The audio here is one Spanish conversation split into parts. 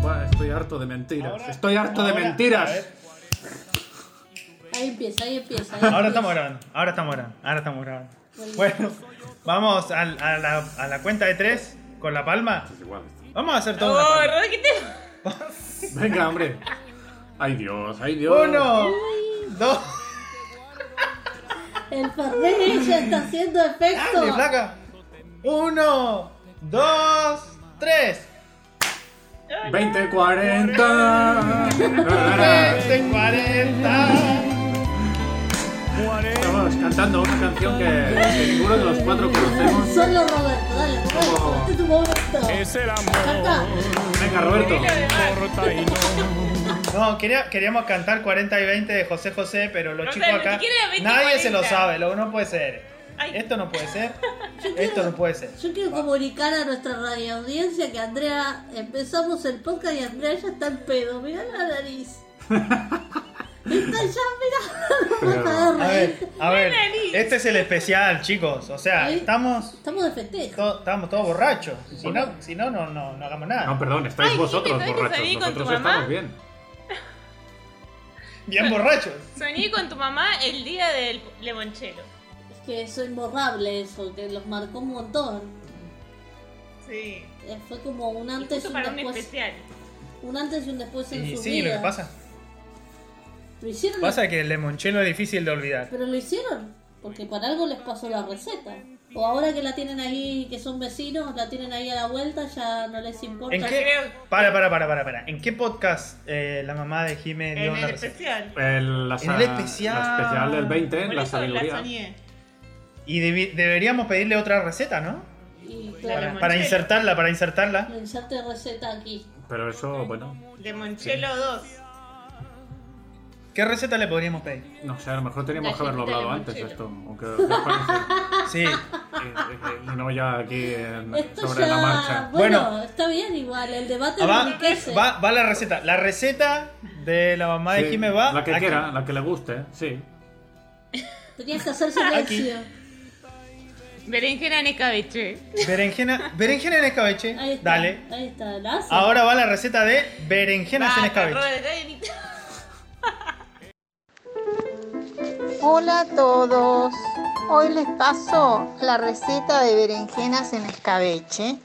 Oh, harto de mentiras. Ahora- Estoy harto de ahora- mentiras. a ver, Ahí empieza, ahí empieza. ahí Ahora empieza. estamos grabando, ahora estamos grabando, ahora estamos grabando. Bueno, vamos al- a, la, a la cuenta de tres con la palma. Es igual. Vamos a hacer todo. una Oh, palma. ¿verdad que te- Venga, hombre. Ay Dios, ay Dios. Uno, dos, El Fernet ya está haciendo efecto. dale, flaca. Uno, dos, tres. 20, 40. Veinte, Este cuarenta. Estamos cantando una canción que, que ninguno de los cuatro conocemos. Solo Roberto, dale, Roberto. Este es tu momento. Es el Canta. amor, Venga, Roberto. Ah, corta y no. No, quería- queríamos cantar 40 y 20 de José José, pero los No, chicos pero ni acá. siquiera 20 y Nadie se lo 40. sabe, lo no puede ser. Ay. Esto no puede ser. Yo quiero- Esto no puede ser. Yo quiero comunicar a nuestra radioaudiencia que Andrea, empezamos el podcast y Andrea ya está en pedo. Mirá la nariz. Está ya, mirá. Basta de A ver, reír. a ver. nariz. Este es el especial, chicos. O sea, Ahí. estamos. Estamos de festejo. to- estamos todos borrachos. Si no, si no, no, no, no hagamos nada. No, perdón, estáis Ay, vosotros ¿te tenés que borrachos. salir con tu Nosotros mamá? estamos bien. Bien borrachos. Soñé con tu mamá el día del lemonchelo. Es que eso es imborrable eso, que los marcó un montón. Sí. Eh, Fue como un Y antes y justo un para un después. especial. Un antes y un después en Y su sí, vida. lo que pasa. Lo hicieron, Pasa que el limonchelo es difícil de olvidar. pero lo hicieron, porque para algo les pasó la receta. O ahora que la tienen ahí, que son vecinos, la tienen ahí a la vuelta, ya no les importa. ¿En Yo qué? creo- Para, para, para, para, para. ¿En qué podcast eh, la mamá de Jimé dio En una el receta? especial. El, la En sa- el especial. la especial del 20, Por la eso la sabiduría. soñé. Y debi- deberíamos pedirle otra receta, ¿no? Y Claro. claro, Para, para insertarla, para insertarla. lo inserte receta aquí. Pero eso, bueno, Lemonchelo 2. ¿Qué receta le podríamos pedir? no sé, a lo mejor teníamos que haberlo hablado antes esto. Aunque Sí. Ah, y, y- y no ya aquí en- Esto sobre ya, la marcha. bueno, Bueno. está bien igual, el debate Ah, lo va, enriquece. va, va la receta. La receta de la mamá de Sí, Jimé va. la que Ah, aquí. quiera, la que le guste, sí. Tenías que hacer silencio. Berenjena en escabeche. Berenjena, berenjena en escabeche. Ahí está, Dale. ahí está, la hace. Ahora va la receta de berenjenas en Basta, escabeche. Rodri. Hola a todos. Hoy les paso la receta de berenjenas en escabeche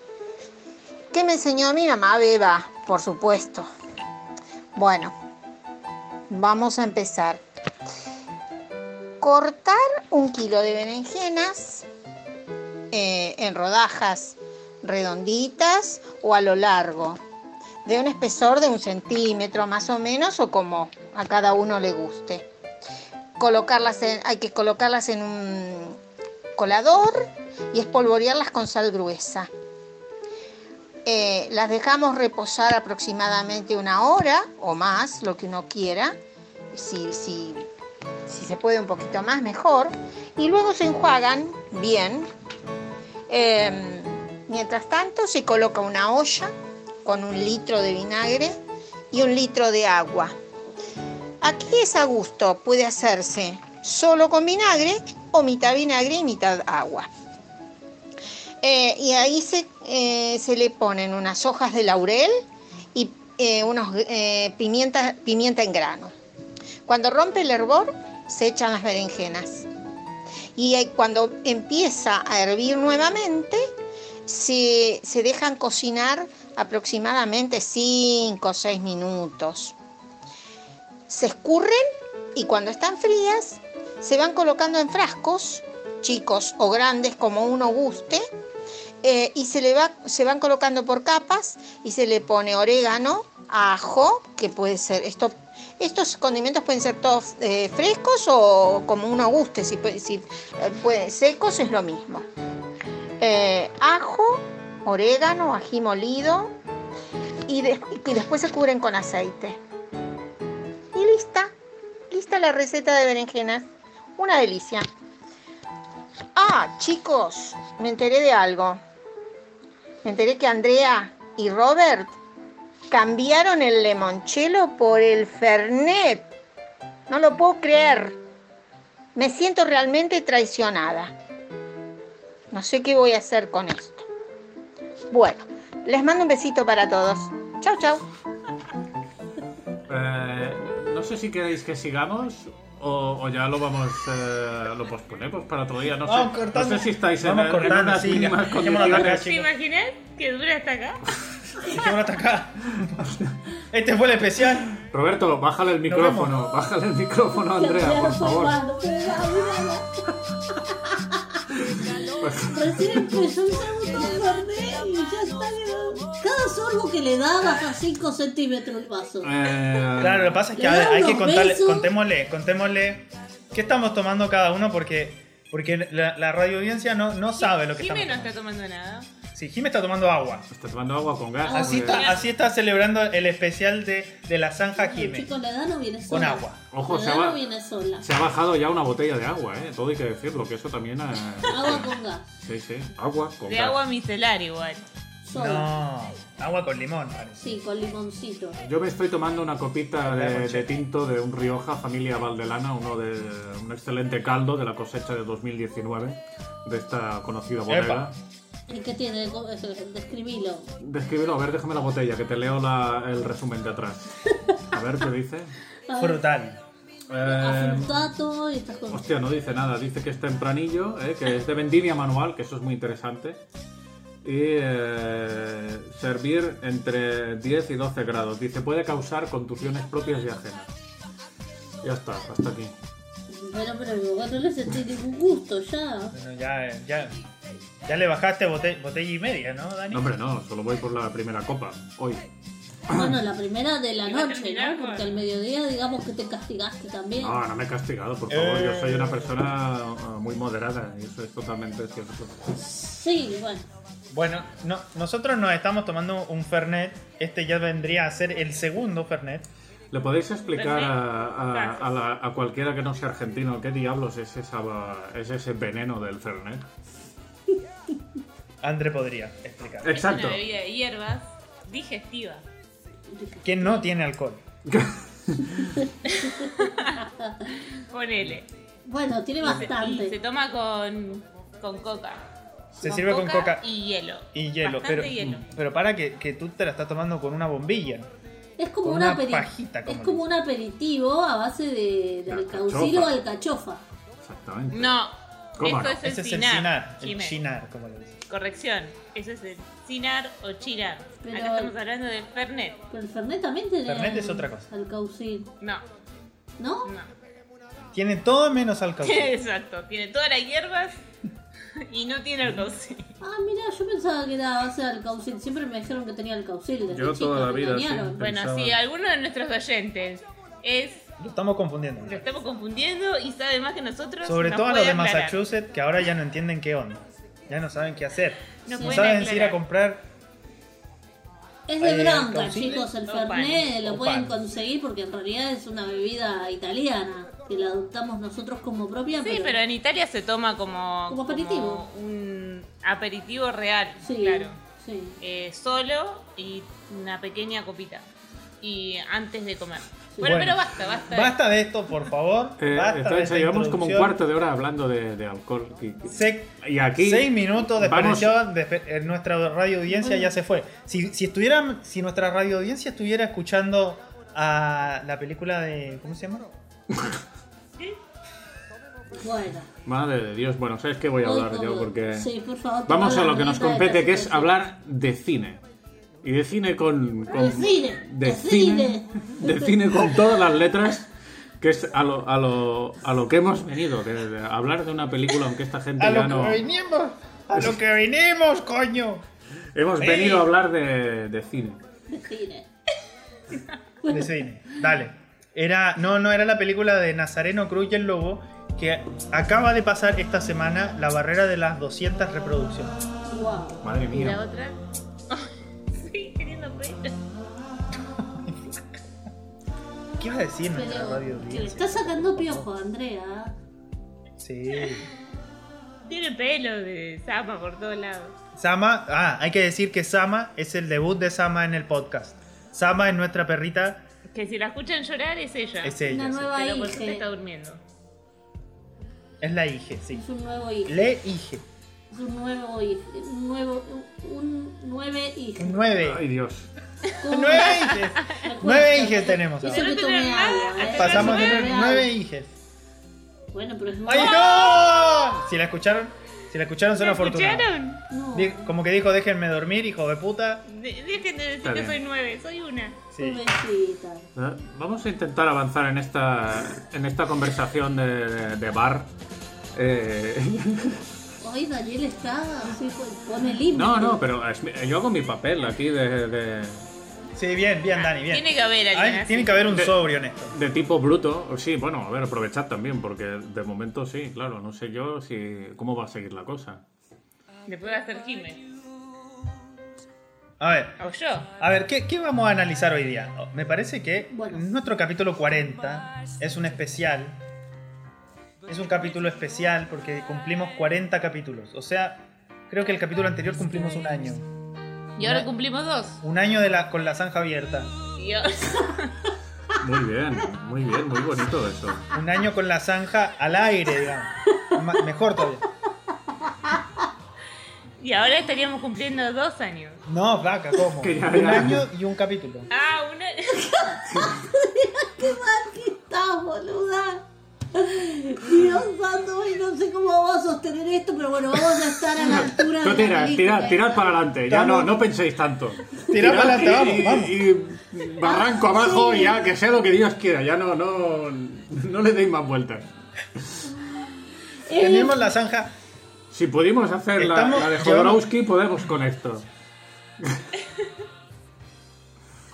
que me enseñó mi mamá Beba, por supuesto. Bueno, vamos a empezar. Cortar un kilo de berenjenas eh, en rodajas redonditas o a lo largo, de un espesor de un centímetro más o menos o como a cada uno le guste colocarlas en- hay que colocarlas en un colador y espolvorearlas con sal gruesa. Eh, las dejamos reposar aproximadamente una hora o más, lo que uno quiera, si, si- si se puede un poquito más, mejor, y luego se enjuagan bien. Eh, mientras tanto se coloca una olla con un litro de vinagre y un litro de agua. Aquí es a gusto, puede hacerse solo con vinagre o mitad vinagre y mitad agua. Eh, y ahí se, eh, se le ponen unas hojas de laurel y eh, unos eh, pimienta, pimienta en grano. Cuando rompe el hervor, se echan las berenjenas. Y ahí cuando empieza a hervir nuevamente, se, se dejan cocinar aproximadamente 5 o 6 minutos se escurren y cuando están frías se van colocando en frascos, chicos o grandes como uno guste, eh, y se, le va, se van colocando por capas y se le pone orégano, ajo, que puede ser, esto, estos condimentos pueden ser todos eh, frescos o como uno guste, si, puede- si, eh, puede- secos es lo mismo. Eh, ajo, orégano, ají molido y des- y después se cubren con aceite. Y lista, lista la receta de berenjenas. Una delicia. Ah, chicos, me enteré de algo. Me enteré que Andrea y Robert cambiaron el limonchelo por el Fernet. No lo puedo creer. Me siento realmente traicionada. No sé qué voy a hacer con esto. Bueno, les mando un besito para todos. Chau, chau. Eh, no sé si queréis que sigamos o, o ya lo vamos, eh, lo posponemos para otro día. No sé, Vamos cortando. no sé si estáis en, Vamos en cortando, unas sí, mínimas ya. Dejémoslo acá, condiciones. ¿Te chicos. imaginas que dura hasta acá? Dejémoslo hasta acá. Este fue el especial. Roberto, bájale el micrófono, bájale el micrófono, Andrea, pues por favor. Recién empezó el segundo torneo y ya está quedando. Cada sorbo que le da baja 5 centímetros el vaso. Ah, Eh, Claro, lo que pasa es que Le a ver, dan hay que unos contarle, besos. contémosle, contémosle qué estamos tomando cada uno porque porque la, la radio audiencia no, no sabe lo que Jimé no estamos está tomando. tomando nada. Sí, Jimé está tomando agua. Está tomando agua con gas. Así porque- está, así está celebrando el especial de, de la zanja Jimé. Chicos, la edad no viene Con sola. agua. Ojo, la se edad va- no viene sola. Se ha bajado ya una botella de agua, ¿eh? Todo hay que decirlo, que eso también... eh, Agua con gas. Sí, sí, agua con De gas. agua micelar igual. Sola. No, agua con limón, parece. Sí, con limoncito. Yo me estoy tomando una copita de, Vamos, che. de tinto de un Rioja Familia Valdelana, uno de un excelente caldo de la cosecha de 2019 de esta conocida bodega. Epa. ¿Y qué tiene? ¿Cómo es? Describilo. Descríbelo, a ver, déjame la botella, que te leo la- el resumen de atrás. A ver qué dice. A ver, Frutal. Ah. Eh, Afrutato y estas cosas. hostia, no dice nada, dice que es tempranillo, eh, que es de vendimia manual, que eso es muy interesante. Y eh, servir entre 10 y 12 grados. Dice, puede causar contusiones propias y ajenas. Ya está, hasta aquí. Bueno, pero igual no le sentí ningún gusto ya. Bueno, ya, ya, ya le bajaste bote- botella y media, ¿no, Dani? No, hombre, no, solo voy por la primera copa, hoy. Bueno, la primera de la Iba a noche, terminar ¿no? Porque con- al mediodía digamos que te castigaste también. Ah. Ah, No, no me he castigado, por favor, Eh. yo soy una persona eh, muy moderada y eso es totalmente cierto. Sí, bueno. Bueno, no, nosotros nos estamos tomando un Fernet. Este ya vendría a ser el segundo Fernet. ¿Le podéis explicar a, a- Perfecto. a la- a cualquiera que no sea argentino qué diablos es, esa, va- es ese veneno del Fernet? André podría explicar. Exacto. Es una bebida de hierbas digestiva. Que no tiene alcohol. Ponele. Bueno, tiene Y se bastante. toma con, con coca. Se sirve con coca. Y hielo. Y hielo. Bastante pero, hielo. pero para que, que tú te la estás tomando con una bombilla. Es como con un una aperi- pajita, como es como un aperitivo a base de, de De alcaucil o alcachofa. alcachofa. Exactamente. No. ¿Cómo Eso no? es Ese el es el cinar. chinar. El Jimé. chinar, como le dicen. Corrección. Eso es el cinar o chinar. Pero- Acá estamos hablando del Fernet. Pero el Fernet también tiene Fernet es otra cosa. alcaucil, No, ¿no? no. Tiene todo menos alcohol. Exacto. Tiene todas las hierbas y no tiene alcaucil. Ah, mira, yo pensaba que era a base de alcaucil. Siempre me dijeron que tenía alcaucil. Desde Yo chica, toda la me vida, sí. engañaron. Bueno, Pensaba- si alguno de nuestros oyentes es Lo estamos confundiendo. lo estamos confundiendo y sabe más que nosotros, Sobre nos todo a los puede de aclarar. Massachusetts que ahora ya no entienden qué onda. Ya no saben qué hacer. Nos no pueden saben si ir aclarar. a comprar Es Eh, de branca, ¿alcaucil? chicos, el O Fernet pan, lo o pueden pan. conseguir porque en realidad es una bebida italiana que la adoptamos nosotros como propia. Sí, pero en Italia se toma como, Como aperitivo. como un aperitivo real, Sí, claro. sí. Eh, solo y una pequeña copita. Y antes de comer. Bueno. Bueno, pero basta, basta. Basta de esto, por favor. Eh, Basta está de hecho, esta llevamos como un introducción. cuarto de hora hablando de, de alcohol. Y, Se- y aquí... seis minutos de vamos- experiencia en nuestra radio audiencia ya se fue. Si, si estuviera, si nuestra radio audiencia estuviera escuchando a la película de. ¿Cómo se llama? Bueno. Madre de Dios, bueno, ¿sabes qué voy a Hoy hablar yo? como- Porque... Sí, por favor, Vamos toma a la lo que nos nota de compete, la que es situación. hablar de cine. Y de cine con... con- De cine, de de cine. cine. De cine con todas las letras, que es a lo, a lo, a lo que hemos venido, de, de hablar de una película, aunque esta gente A ya lo no... que vinimos. A lo que vinimos, coño. Hemos Sí. venido a hablar de, de cine. De cine. De cine. Dale. Era. No, no, era la película de Nazareno Cruz y el Lobo. Que acaba de pasar esta semana la barrera de las 200 reproducciones. Wow. Madre Y la mía. otra. sí, queriendo pedir. ¿Qué iba a decir nuestra radio Pero le audiencia? está sacando piojo, Andrea. Sí. Tiene pelo de zapa por todos lados. Sama, ah, hay que decir que Sama es el debut de Sama en el podcast. Sama es nuestra perrita, Que si la escuchan llorar es ella. es ella. Una sí. nueva Pero por hija. suerte está durmiendo. Es la hija, sí. Es un nuevo hijo. Le hije. Es un nuevo hijo. Un nuevo. Un nueve hijo. Un Ay, nueve. Dios. Nueve hijes. Nueve hijes tenemos Eso ahora. que tomé agua, ¿eh? Pasamos de Eso que tener tomé nueve agua. hijes. Bueno, pero es ¡Ay, no! Si la escucharon, si la escucharon, son ¿Me afortunados. escucharon? No, Di- Como que dijo, déjenme dormir, hijo de puta. De- Dejen de decir Está que bien. soy nueve, soy una. Sí. pobrecita. Eh, Vamos a intentar avanzar en esta, en esta conversación de, de bar. Eh, Hoy Daniel está, sí, pues, pone límite. no, no, pero es mi- yo hago mi papel aquí de, de- Sí, bien, bien, Dani, bien. Ah, Tiene que haber Ay, alguien. así. tiene que haber un De- sobrio en esto. de tipo bruto. Sí, bueno, a ver, aprovechad también, porque de momento sí, claro, no sé yo si cómo va a seguir la cosa. Le puede hacer Jimé. A ver, O yo. a ver, ¿qué, qué vamos a analizar hoy día? Oh, Me parece que Bueno. nuestro capítulo 40 es un especial. Es un capítulo especial porque cumplimos 40 capítulos. O sea, creo que el capítulo anterior cumplimos un año. Y ahora cumplimos dos. Un año de la, con la zanja abierta. Y ahora- Muy bien, muy bien, muy bonito eso. Un año con la zanja al aire, digamos. Ma- Mejor todavía. y ahora estaríamos cumpliendo dos años. No, vaca, ¿cómo? Que ya Un era. año y un capítulo. Ah, una. ¡Qué mal que estás, boluda! Dios santo, hoy no sé cómo vamos a sostener esto, pero bueno, vamos a estar a la altura de Tú la tira, tira, película. tirad para adelante, ya no, no penséis tanto. Tirad para adelante, y- vamos, y- y barranco abajo, ya que sea lo que Dios quiera, ya no, no, no le deis más vueltas. Eh, Tenemos la zanja. Si pudimos hacer la, Estamos- la de llevamos- Jodorowsky, podemos con esto.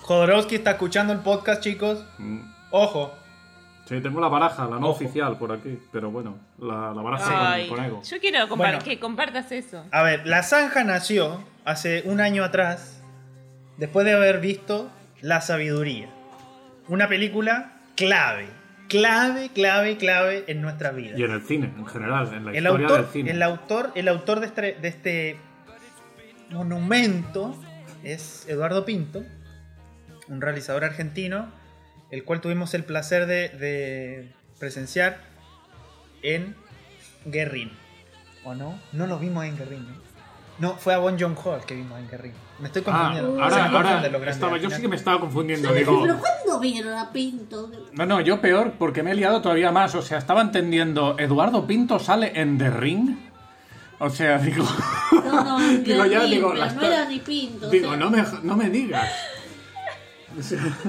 Jodorowsky está escuchando el podcast, chicos. Mm. Ojo. Sí, tengo la baraja, la no oficial por aquí, pero bueno, la, la baraja con- Ay, con, ego. yo quiero compar- Bueno. que compartas eso. A ver, la zanja nació hace un año atrás, después de haber visto La Sabiduría. Una película clave. Clave, clave, clave en nuestra vida. Y en el cine, en general, en la el historia autor, del cine. el autor, el autor de este, de este monumento es Eduardo Pinto, un realizador argentino, el cual tuvimos el placer de, de presenciar en Guerrín. ¿O no? No lo vimos en Guerrín. ¿no? No, fue a Bon John Hall que vimos en Guerrín. Me estoy Ah, confundiendo. Se ahora, me confunden ahora los grandes estaba, al yo sí final. que me estaba confundiendo, yo dije, digo... pero ¿cuándo vieron a Pinto? No, no, yo peor, porque me he liado todavía más. O sea, estaba entendiendo, Eduardo Pinto sale en The Ring. O sea, digo, No, no, Digo, ya, Gardín, digo, pero la no está- era ni Pinto. o digo sea, no, me, no me digas.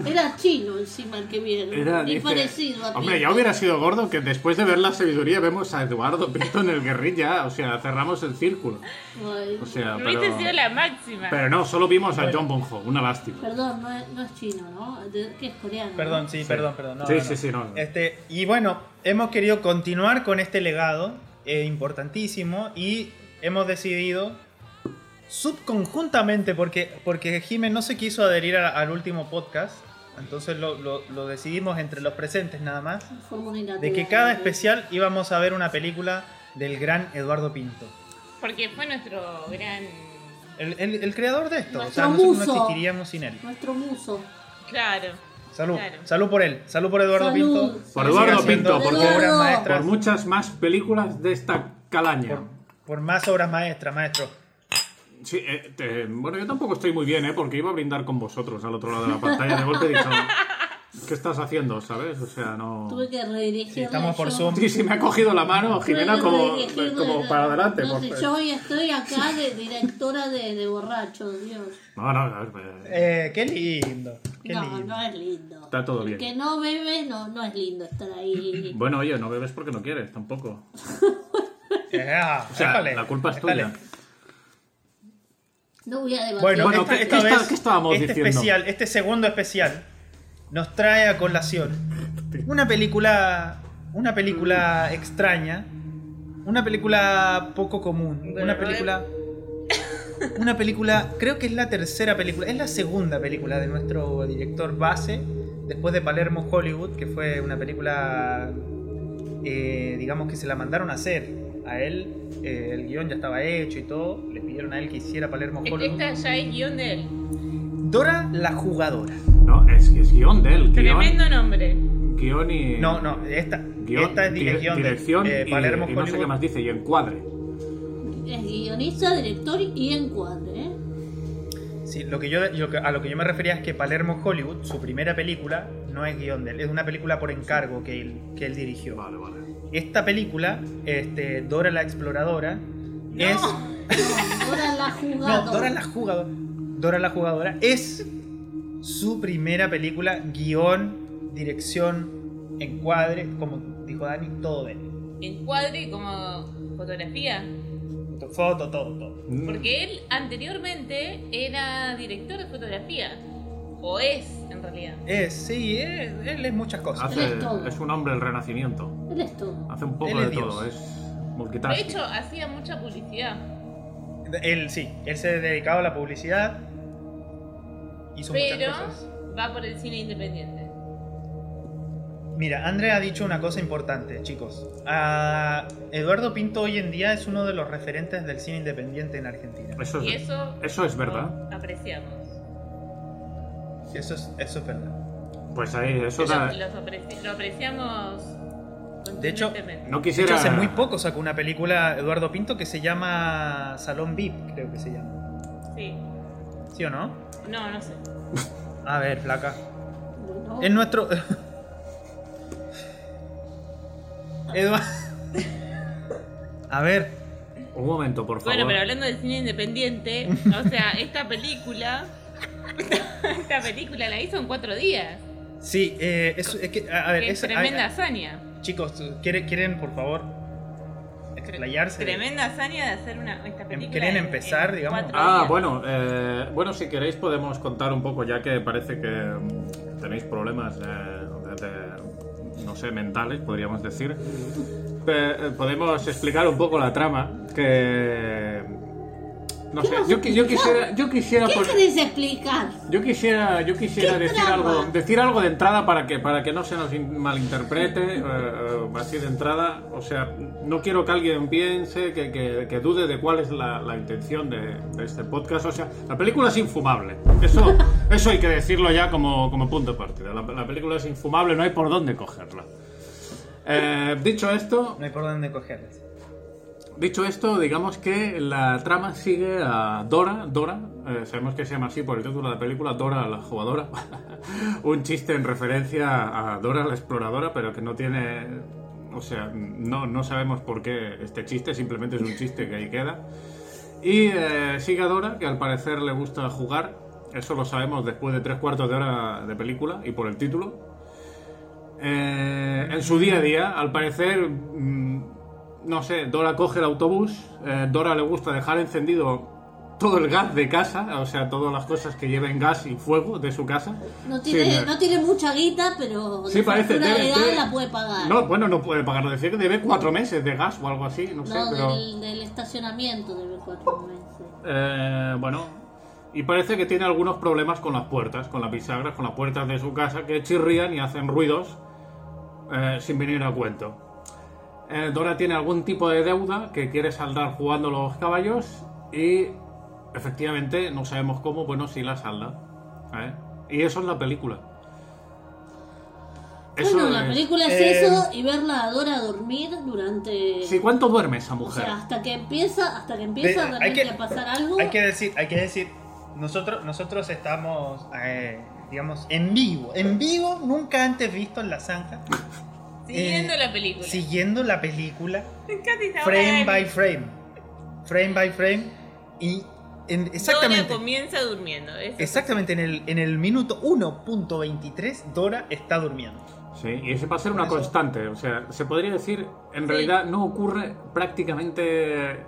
Era chino encima el que vieron. Era, ni dice, parecido a Pinto. Hombre, ya hubiera sido gordo que después de ver la sabiduría vemos a Eduardo Pinto en el guerrilla. O sea, cerramos el círculo. Ay, O sea, No Ah, pero, hubiese sido la máxima. pero no, solo vimos a John Bonho, una lástima. Perdón, no es, no es chino, ¿no? De- que es coreano. Perdón, sí, perdón, perdón. No, Sí, no, sí, no. sí, no, no. Este, y bueno, hemos querido continuar con este legado eh, importantísimo y hemos decidido subconjuntamente, porque, porque Jiménez no se quiso adherir a- al último podcast, entonces lo, lo- lo decidimos entre los presentes nada más, ¿no? Forma unilateral. de que cada especial íbamos a ver una película del gran Eduardo Pinto. Porque fue nuestro gran. El, el- el creador de esto, o Nuestro sea, nosotros no muso. existiríamos sin él. Nuestro muso. Claro. Salud, Claro. salud por él, salud por Eduardo Salud. Pinto. Por que Eduardo siga haciendo Pinto, porque- obras maestras. Por muchas más películas de esta calaña. Por, por más obras maestras, maestro. Sí, eh, te- bueno, yo tampoco estoy muy bien, ¿eh? Porque iba a brindar con vosotros al otro lado de la pantalla. De golpe he dicho, ¿qué estás haciendo, sabes? O sea, no... Tuve que redirigir. Sí, estamos por Zoom. Sí, sí, me ha cogido la mano Jimena como, Redirigirme como de- para adelante. pues. No, por- sé, yo hoy estoy acá de directora de, de borracho, Dios. No, no, a ver, eh, Eh, qué lindo. Qué No, lindo. no es lindo. Está todo El bien. Que no bebe, no, no es lindo estar ahí. Bueno, oye, no bebes porque no quieres tampoco. Eh, ah, O sea, épale, la culpa es épale. tuya. No voy a debatir. Bueno, Bueno, esta, ¿qué- esta qué está- vez, qué estábamos este diciendo? especial, este segundo especial, nos trae a colación una película, una película extraña, una película poco común, una película, una película, creo que es la tercera película, es la segunda película de nuestro director base, después de Palermo Hollywood, que fue una película, eh, digamos que se la mandaron a hacer. A él, eh, el guión ya estaba hecho y todo. Le pidieron a él que hiciera Palermo Este- Hollywood. Esta ya es guión de él. Dora la jugadora. No, es que es guión de él. Guión, Tremendo nombre. guión y... No, no, esta, Eh, Guión, esta es dire- dirección dirección de eh, y- Palermo y, no sé Hollywood. qué más dice, y encuadre. Es guionista, director y encuadre, ¿eh? Sí, lo que yo, yo- a lo que yo me refería es que Palermo Hollywood, su primera película, no es guión de él, es una película por encargo que él, que él dirigió. Vale, vale. Esta película, este, Dora la Exploradora, es... Dora la No, jugada. Dora la Jugadora. Dora la Jugadora es su primera película, guión, dirección, encuadre, como dijo Dani, todo de él. Encuadre y como fotografía. Foto, todo, todo. Mm. Porque él anteriormente era director de fotografía. O es, en realidad. Es, sí, es- él es muchas cosas. Hace- Él es todo. es un hombre del renacimiento. Él es tú. Hace un poco Él es de todo. Dios. Es De multitasking. hecho, hacía mucha publicidad. Él sí, él se ha dedicado a la publicidad. Hizo Pero muchas cosas. va por el cine independiente. Mira, Andrea ha dicho una cosa importante, chicos. Ah, Eduardo Pinto hoy en día es uno de los referentes del cine independiente en Argentina. Eso Y es, eso, eso es verdad. lo apreciamos. Eso es, eso es verdad. Pues ahí, eso Eso da. los apreci- lo apreciamos. De hecho, contundentemente. No De hecho, quisiera. hace muy poco sacó una película Eduardo Pinto que se llama Salón VIP, creo que se llama. Sí. ¿Sí o no? No, no sé. A ver, placa. No, En nuestro. Eduardo. A ver. Un momento, por favor. Bueno, pero hablando del cine independiente, o sea, esta película. Esta película la hizo en cuatro días. Sí, eh, es, es que. A a ver, Que es es- tremenda a- hazaña. a- chicos, ¿quieren, quieren, por favor explayarse? Tremenda hazaña de hacer una, esta película. ¿Quieren en- Em, empezar, en digamos? cuatro Ah, días. bueno, eh, bueno, si queréis podemos contar un poco, ya que parece que mm, tenéis problemas, eh, de- de, no sé, mentales, podríamos decir. Pe- eh, podemos explicar un poco la trama, que... No ¿Qué sé, vas a yo, qui- yo explicar? quisiera... Yo quisiera ¿Qué pon- querés explicar? yo quisiera, yo quisiera ¿Qué decir trama? algo, decir algo de entrada para que, para que no se nos in- malinterprete, eh, eh, así de entrada. O sea, no quiero que alguien piense, que, que- que dude de cuál es la, la intención de, de este podcast. O sea, la película es infumable. Eso, eso hay que decirlo ya como, como punto de partida. La, la película es infumable, no hay por dónde cogerla. Eh, dicho esto, No hay por dónde cogerles. Dicho esto, digamos que la trama sigue a Dora, Dora, eh, sabemos que se llama así por el título de la película, Dora la jugadora, un chiste en referencia a Dora la exploradora, pero que no tiene, o sea, no, no sabemos por qué este chiste, simplemente es un chiste que ahí queda. Y eh, sigue a Dora, que al parecer le gusta jugar, eso lo sabemos después de tres cuartos de hora de película y por el título. Eh, en su día a día, al parecer, mm, no sé, Dora coge el autobús, eh, Dora le gusta dejar encendido todo el gas de casa, o sea, todas las cosas que lleven gas y fuego de su casa. No tiene, Sí, eh, no tiene mucha guita, pero Sí, parece, una debe- edad debe- la puede pagar. no, bueno, no puede pagarlo, decía que debe cuatro meses de gas o algo así, no, sé, No, pero... del, del estacionamiento debe cuatro meses. Eh, bueno, y parece que tiene algunos problemas con las puertas, con las bisagras, con las puertas de su casa, que chirrían y hacen ruidos eh, sin venir a cuento. Eh, Dora tiene algún tipo de deuda que quiere saldar jugando los caballos y efectivamente no sabemos cómo, bueno, si la salda. ¿eh? Y eso es la película. bueno, la es- película es eh, eso y verla a Dora dormir durante. Sí, ¿cuánto duerme esa o mujer? sea, hasta que empieza, hasta que empieza De- de hay repente que- a pasar algo. Hay que decir, hay que decir, nosotros, nosotros estamos, eh, digamos, en vivo, en vivo, nunca antes visto en la zanja, Siguiendo eh, la película. siguiendo la película, Casi se frame by ahoga Dani. frame, frame by frame, y en- exactamente, Dora comienza durmiendo. eso es exactamente en el, en el minuto 1.23, Dora está durmiendo. Sí, y ese va a ser una Por eso- constante. O sea, se podría decir, en Sí. realidad no ocurre prácticamente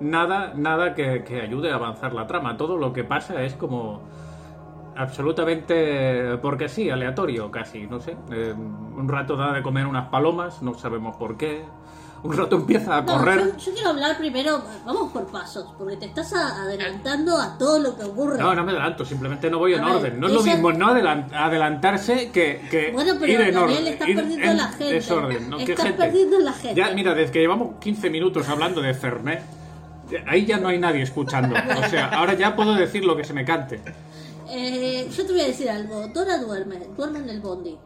nada, nada que, que ayude a avanzar la trama. Todo lo que pasa es como absolutamente porque sí, aleatorio casi, no sé. Eh, un rato da de comer unas palomas, no sabemos por qué. Un rato empieza a No, correr. yo, yo quiero hablar primero, vamos por pasos, porque te estás a- adelantando a todo lo que ocurre. No, no me adelanto, simplemente no voy en A ver, orden. No es lo ella- mismo no adelan- adelantarse que, que Bueno, pero ir en Daniel, orden. estás ir perdiendo en la gente. Desorden, ¿no? ¿Qué Estás gente? perdiendo la gente. Ya, mira, desde que llevamos 15 minutos hablando de Fernet, ya- ahí ya no hay nadie escuchando. O sea, ahora ya puedo decir lo que se me cante. Eh, yo te voy a decir algo. Dora duerme, duerme en el bondi.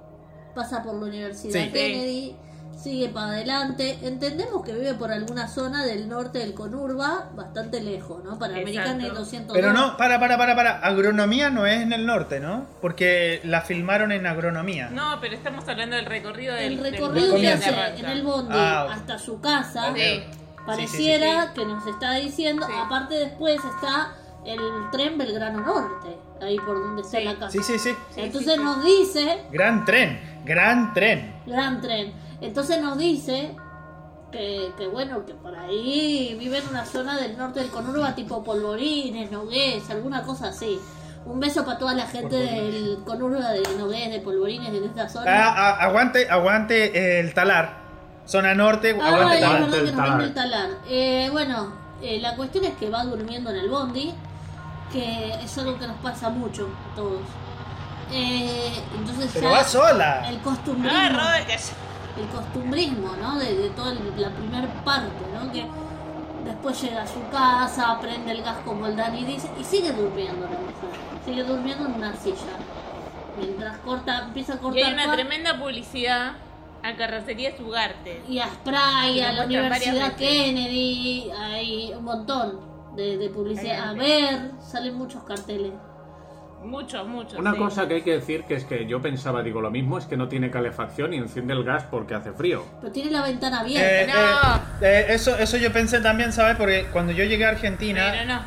Pasa por la Universidad Sí. Kennedy, sigue para adelante. Entendemos que vive por alguna zona del norte del Conurba, bastante lejos, ¿no? Para Americana es Exacto. 202. Pero no, para, para, para, para. Agronomía no es en el norte, ¿no? Porque la filmaron en agronomía. No, pero estamos hablando del recorrido del El del recorrido bondi que de hace Arranca. en el bondi Ah, ok. hasta su casa Ok. Sí. pareciera Sí, sí, que nos está diciendo. Sí. Aparte, después está el tren Belgrano Norte, ahí por donde está Sí. la casa. Sí, sí, sí. Sí, Entonces sí, sí. nos dice Gran tren, gran tren. Gran tren. Entonces nos dice que, que, bueno, que por ahí vive en una zona del norte del Conurba, tipo Polvorines, Nogués, alguna cosa así. Un beso para toda la gente del Conurba, de Nogués, de Polvorines, de esta Ah, zona. ah, aguante, aguante el talar. Zona norte, Ah, aguante es talar. verdad que el nos talar. vino el talar. Eh, bueno, eh, la cuestión es que va durmiendo en el bondi, que es algo que nos pasa mucho a todos. Eh, entonces Pero ya va sola. el costumbrismo. Ah, Robert, que- el costumbrismo, ¿no? De, de toda el- la primer parte, ¿no? Que después llega a su casa, prende el gas como el Dani dice, y sigue durmiendo la mujer. Sigue durmiendo en una silla. Mientras corta, empieza a Y cortar hay una pan, tremenda publicidad a Carrocerías Ugarte. y a Spray, que a lo la muestran varias Universidad veces. Kennedy, hay un montón de, de publicidad. A Hay ver, salen muchos carteles. Mucho, mucho. Una sí. cosa que hay que decir que es que yo pensaba, digo, lo mismo es que no tiene calefacción y enciende el gas porque hace frío. Pero tiene la ventana abierta. Eh, No. eh, eh, eso, eso yo pensé también, ¿sabes? Porque cuando yo llegué a Argentina, Pero no.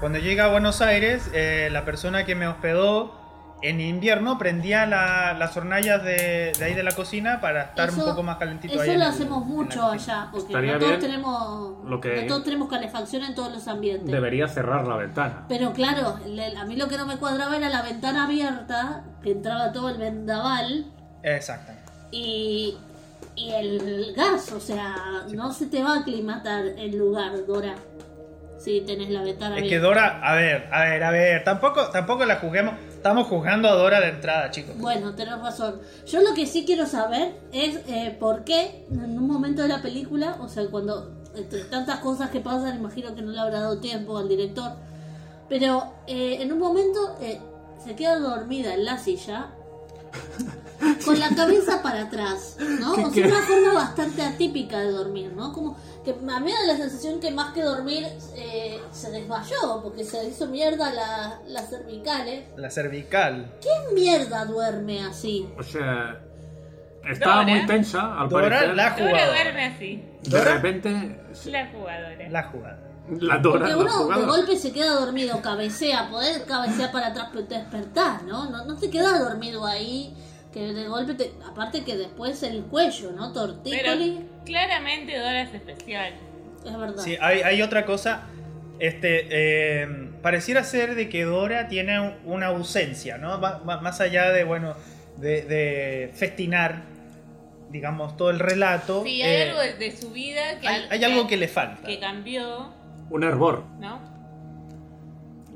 Cuando llegué a Buenos Aires, eh, la persona que me hospedó en invierno prendía la- las hornallas de, de ahí de la cocina para estar Eso- un poco más calentito ahí Eso en lo el- hacemos en la mucho cocina. allá, porque Estaría no todos, bien tenemos, lo que- no todos tenemos calefacción en todos los ambientes. Debería cerrar la ventana. Pero claro, le- a mí lo que no me cuadraba era la ventana abierta, que entraba todo el vendaval Exactamente. y, y el gas, o sea, no se te va a aclimatar el lugar, Dora, si tenés la ventana Es que abierta. Dora, a ver, a ver, a ver, tampoco, tampoco la juzguemos. Estamos juzgando a Dora de entrada, chicos. Bueno, tenés razón. Yo lo que sí quiero saber es eh, por qué en un momento de la película, o sea, cuando entre tantas cosas que pasan, imagino que no le habrá dado tiempo al director, pero eh, en un momento eh, se queda dormida en la silla con la cabeza para atrás, ¿no? O sea, una forma bastante atípica de dormir, ¿no? Como que a mí me da la sensación que más que dormir eh, se desmayó, porque se hizo mierda la- las cervicales. La cervical. ¿Qué mierda duerme así? O sea, estaba Dora. muy tensa, al ¿eh? Dora parecer. la Dora jugadora. duerme así. De Dora. repente, se- La jugadora. La jugadora. la Dora, Porque la uno de jugada. golpe se queda dormido, cabecea, poder cabecear para atrás, pero te despertás, ¿no? No, no te quedas dormido ahí, que de golpe te... Aparte que después el cuello, ¿no? Pero Tortícoli, claramente Dora es especial. es verdad. Sí, hay, hay otra cosa. Este, eh, pareciera ser de que Dora tiene un- una ausencia, ¿no? Va- va- más allá de, bueno, de, de festinar, digamos, todo el relato. Sí, hay eh, algo de, de su vida que, hay- hay algo que le falta. que cambió, Un hervor. ¿no?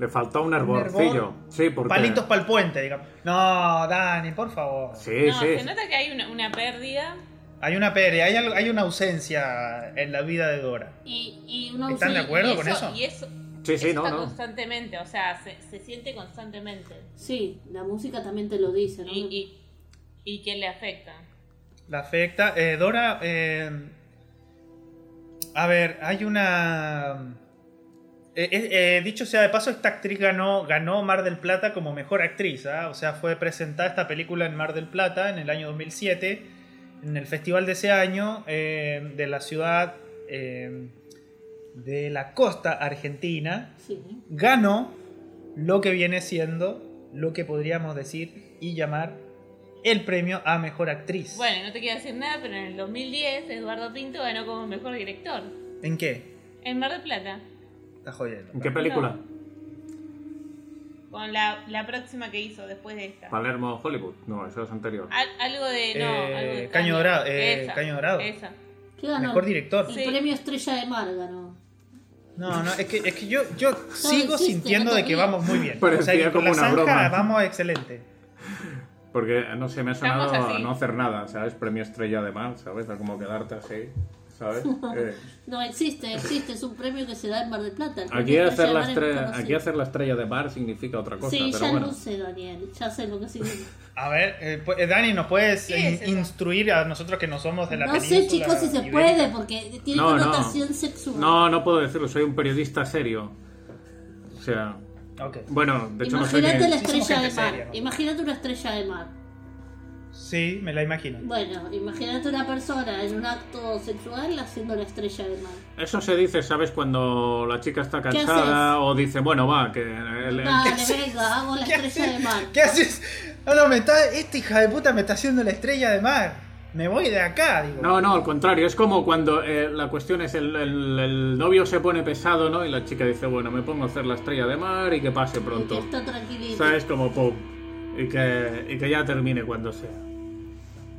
Le faltó un hervor. hervorcillo. Sí, porque... Palitos para el puente, digamos. No, Dani, por favor. Sí, no, sí. se nota que hay una, una pérdida Hay una pérdida, hay, algo- hay una ausencia en la vida de Dora. Y, y uno ¿Están sí, de acuerdo y con eso? Y eso, Sí, sí, eso no, está no. constantemente, o sea, se, se siente constantemente. Sí, la música también te lo dice, ¿no? Y, y, y que le afecta. La afecta. Eh, Dora, eh, a ver, hay una... eh, eh, eh, dicho sea de paso, esta actriz ganó, ganó Mar del Plata como mejor actriz. ¿ah? O sea, fue presentada esta película en Mar del Plata en el año 2007, en el festival de ese año eh, de la ciudad eh, de la costa argentina. Sí. Ganó lo que viene siendo, lo que podríamos decir y llamar el premio a mejor actriz. Bueno, no te quiero decir nada, pero en el 2010 Eduardo Pinto ganó como mejor director ¿En qué? en Mar del Plata. Está jodiendo. ¿En qué película? Con la, la próxima que hizo después de esta. Palermo, Hollywood. No, eso es anterior. Al- algo de. No, Eh, algo de Caño Dorado, eh, Esa, Caño Dorado. Esa. ¿Qué ganó? Mejor director. El Sí. premio Estrella de Mar ganó. No, no, es que, es que yo, yo sigo existe, sintiendo no de que todavía. vamos muy bien. Parecía o sea, que con como la una zanja broma. vamos excelente. Porque, no sé, me ha Estamos sonado a así. no hacer nada, ¿sabes? Premio Estrella de Mar, ¿sabes? A como quedarte así. ¿sabes? Eh, No, existe, existe. Es un premio que se da en Mar del Plata. El aquí, premio hacer la Estrella de Mar es estrella, conocido. aquí hacer la estrella de bar significa otra cosa, Sí, pero ya bueno. lo sé, Daniel. Ya sé lo que significa. A ver, eh, pu- eh, Dani, ¿nos puedes ¿Qué es in- eso? instruir a nosotros que no somos de la No sé, península chicos, si se ibérica? puede, porque tiene No, no. connotación sexual. No, no puedo decirlo, soy un periodista serio. O sea, Ok. bueno, de hecho no soy Imagínate la ni... Sí, somos estrella de gente mar. seria, ¿no? Imagínate una estrella de mar. Sí, me la imagino. Bueno, imagínate una persona en un acto sexual haciendo la estrella de mar. Eso se dice, ¿sabes? Cuando la chica está haces? cansada o dice, bueno, va, que... el- el- Dale, venga, hago la ¿Qué estrella de haces? mar. ¿Qué haces? No, no, me está. Esta hija de puta me está haciendo la estrella de mar. Me voy de acá, digo. No, no, al contrario, es como cuando eh, la cuestión es el, el- el novio se pone pesado, ¿no? Y la chica dice, bueno, me pongo a hacer la estrella de mar y que pase Y que pronto. está tranquilito. ¿Sabes? Como pum. Y que, y que ya termine cuando sea.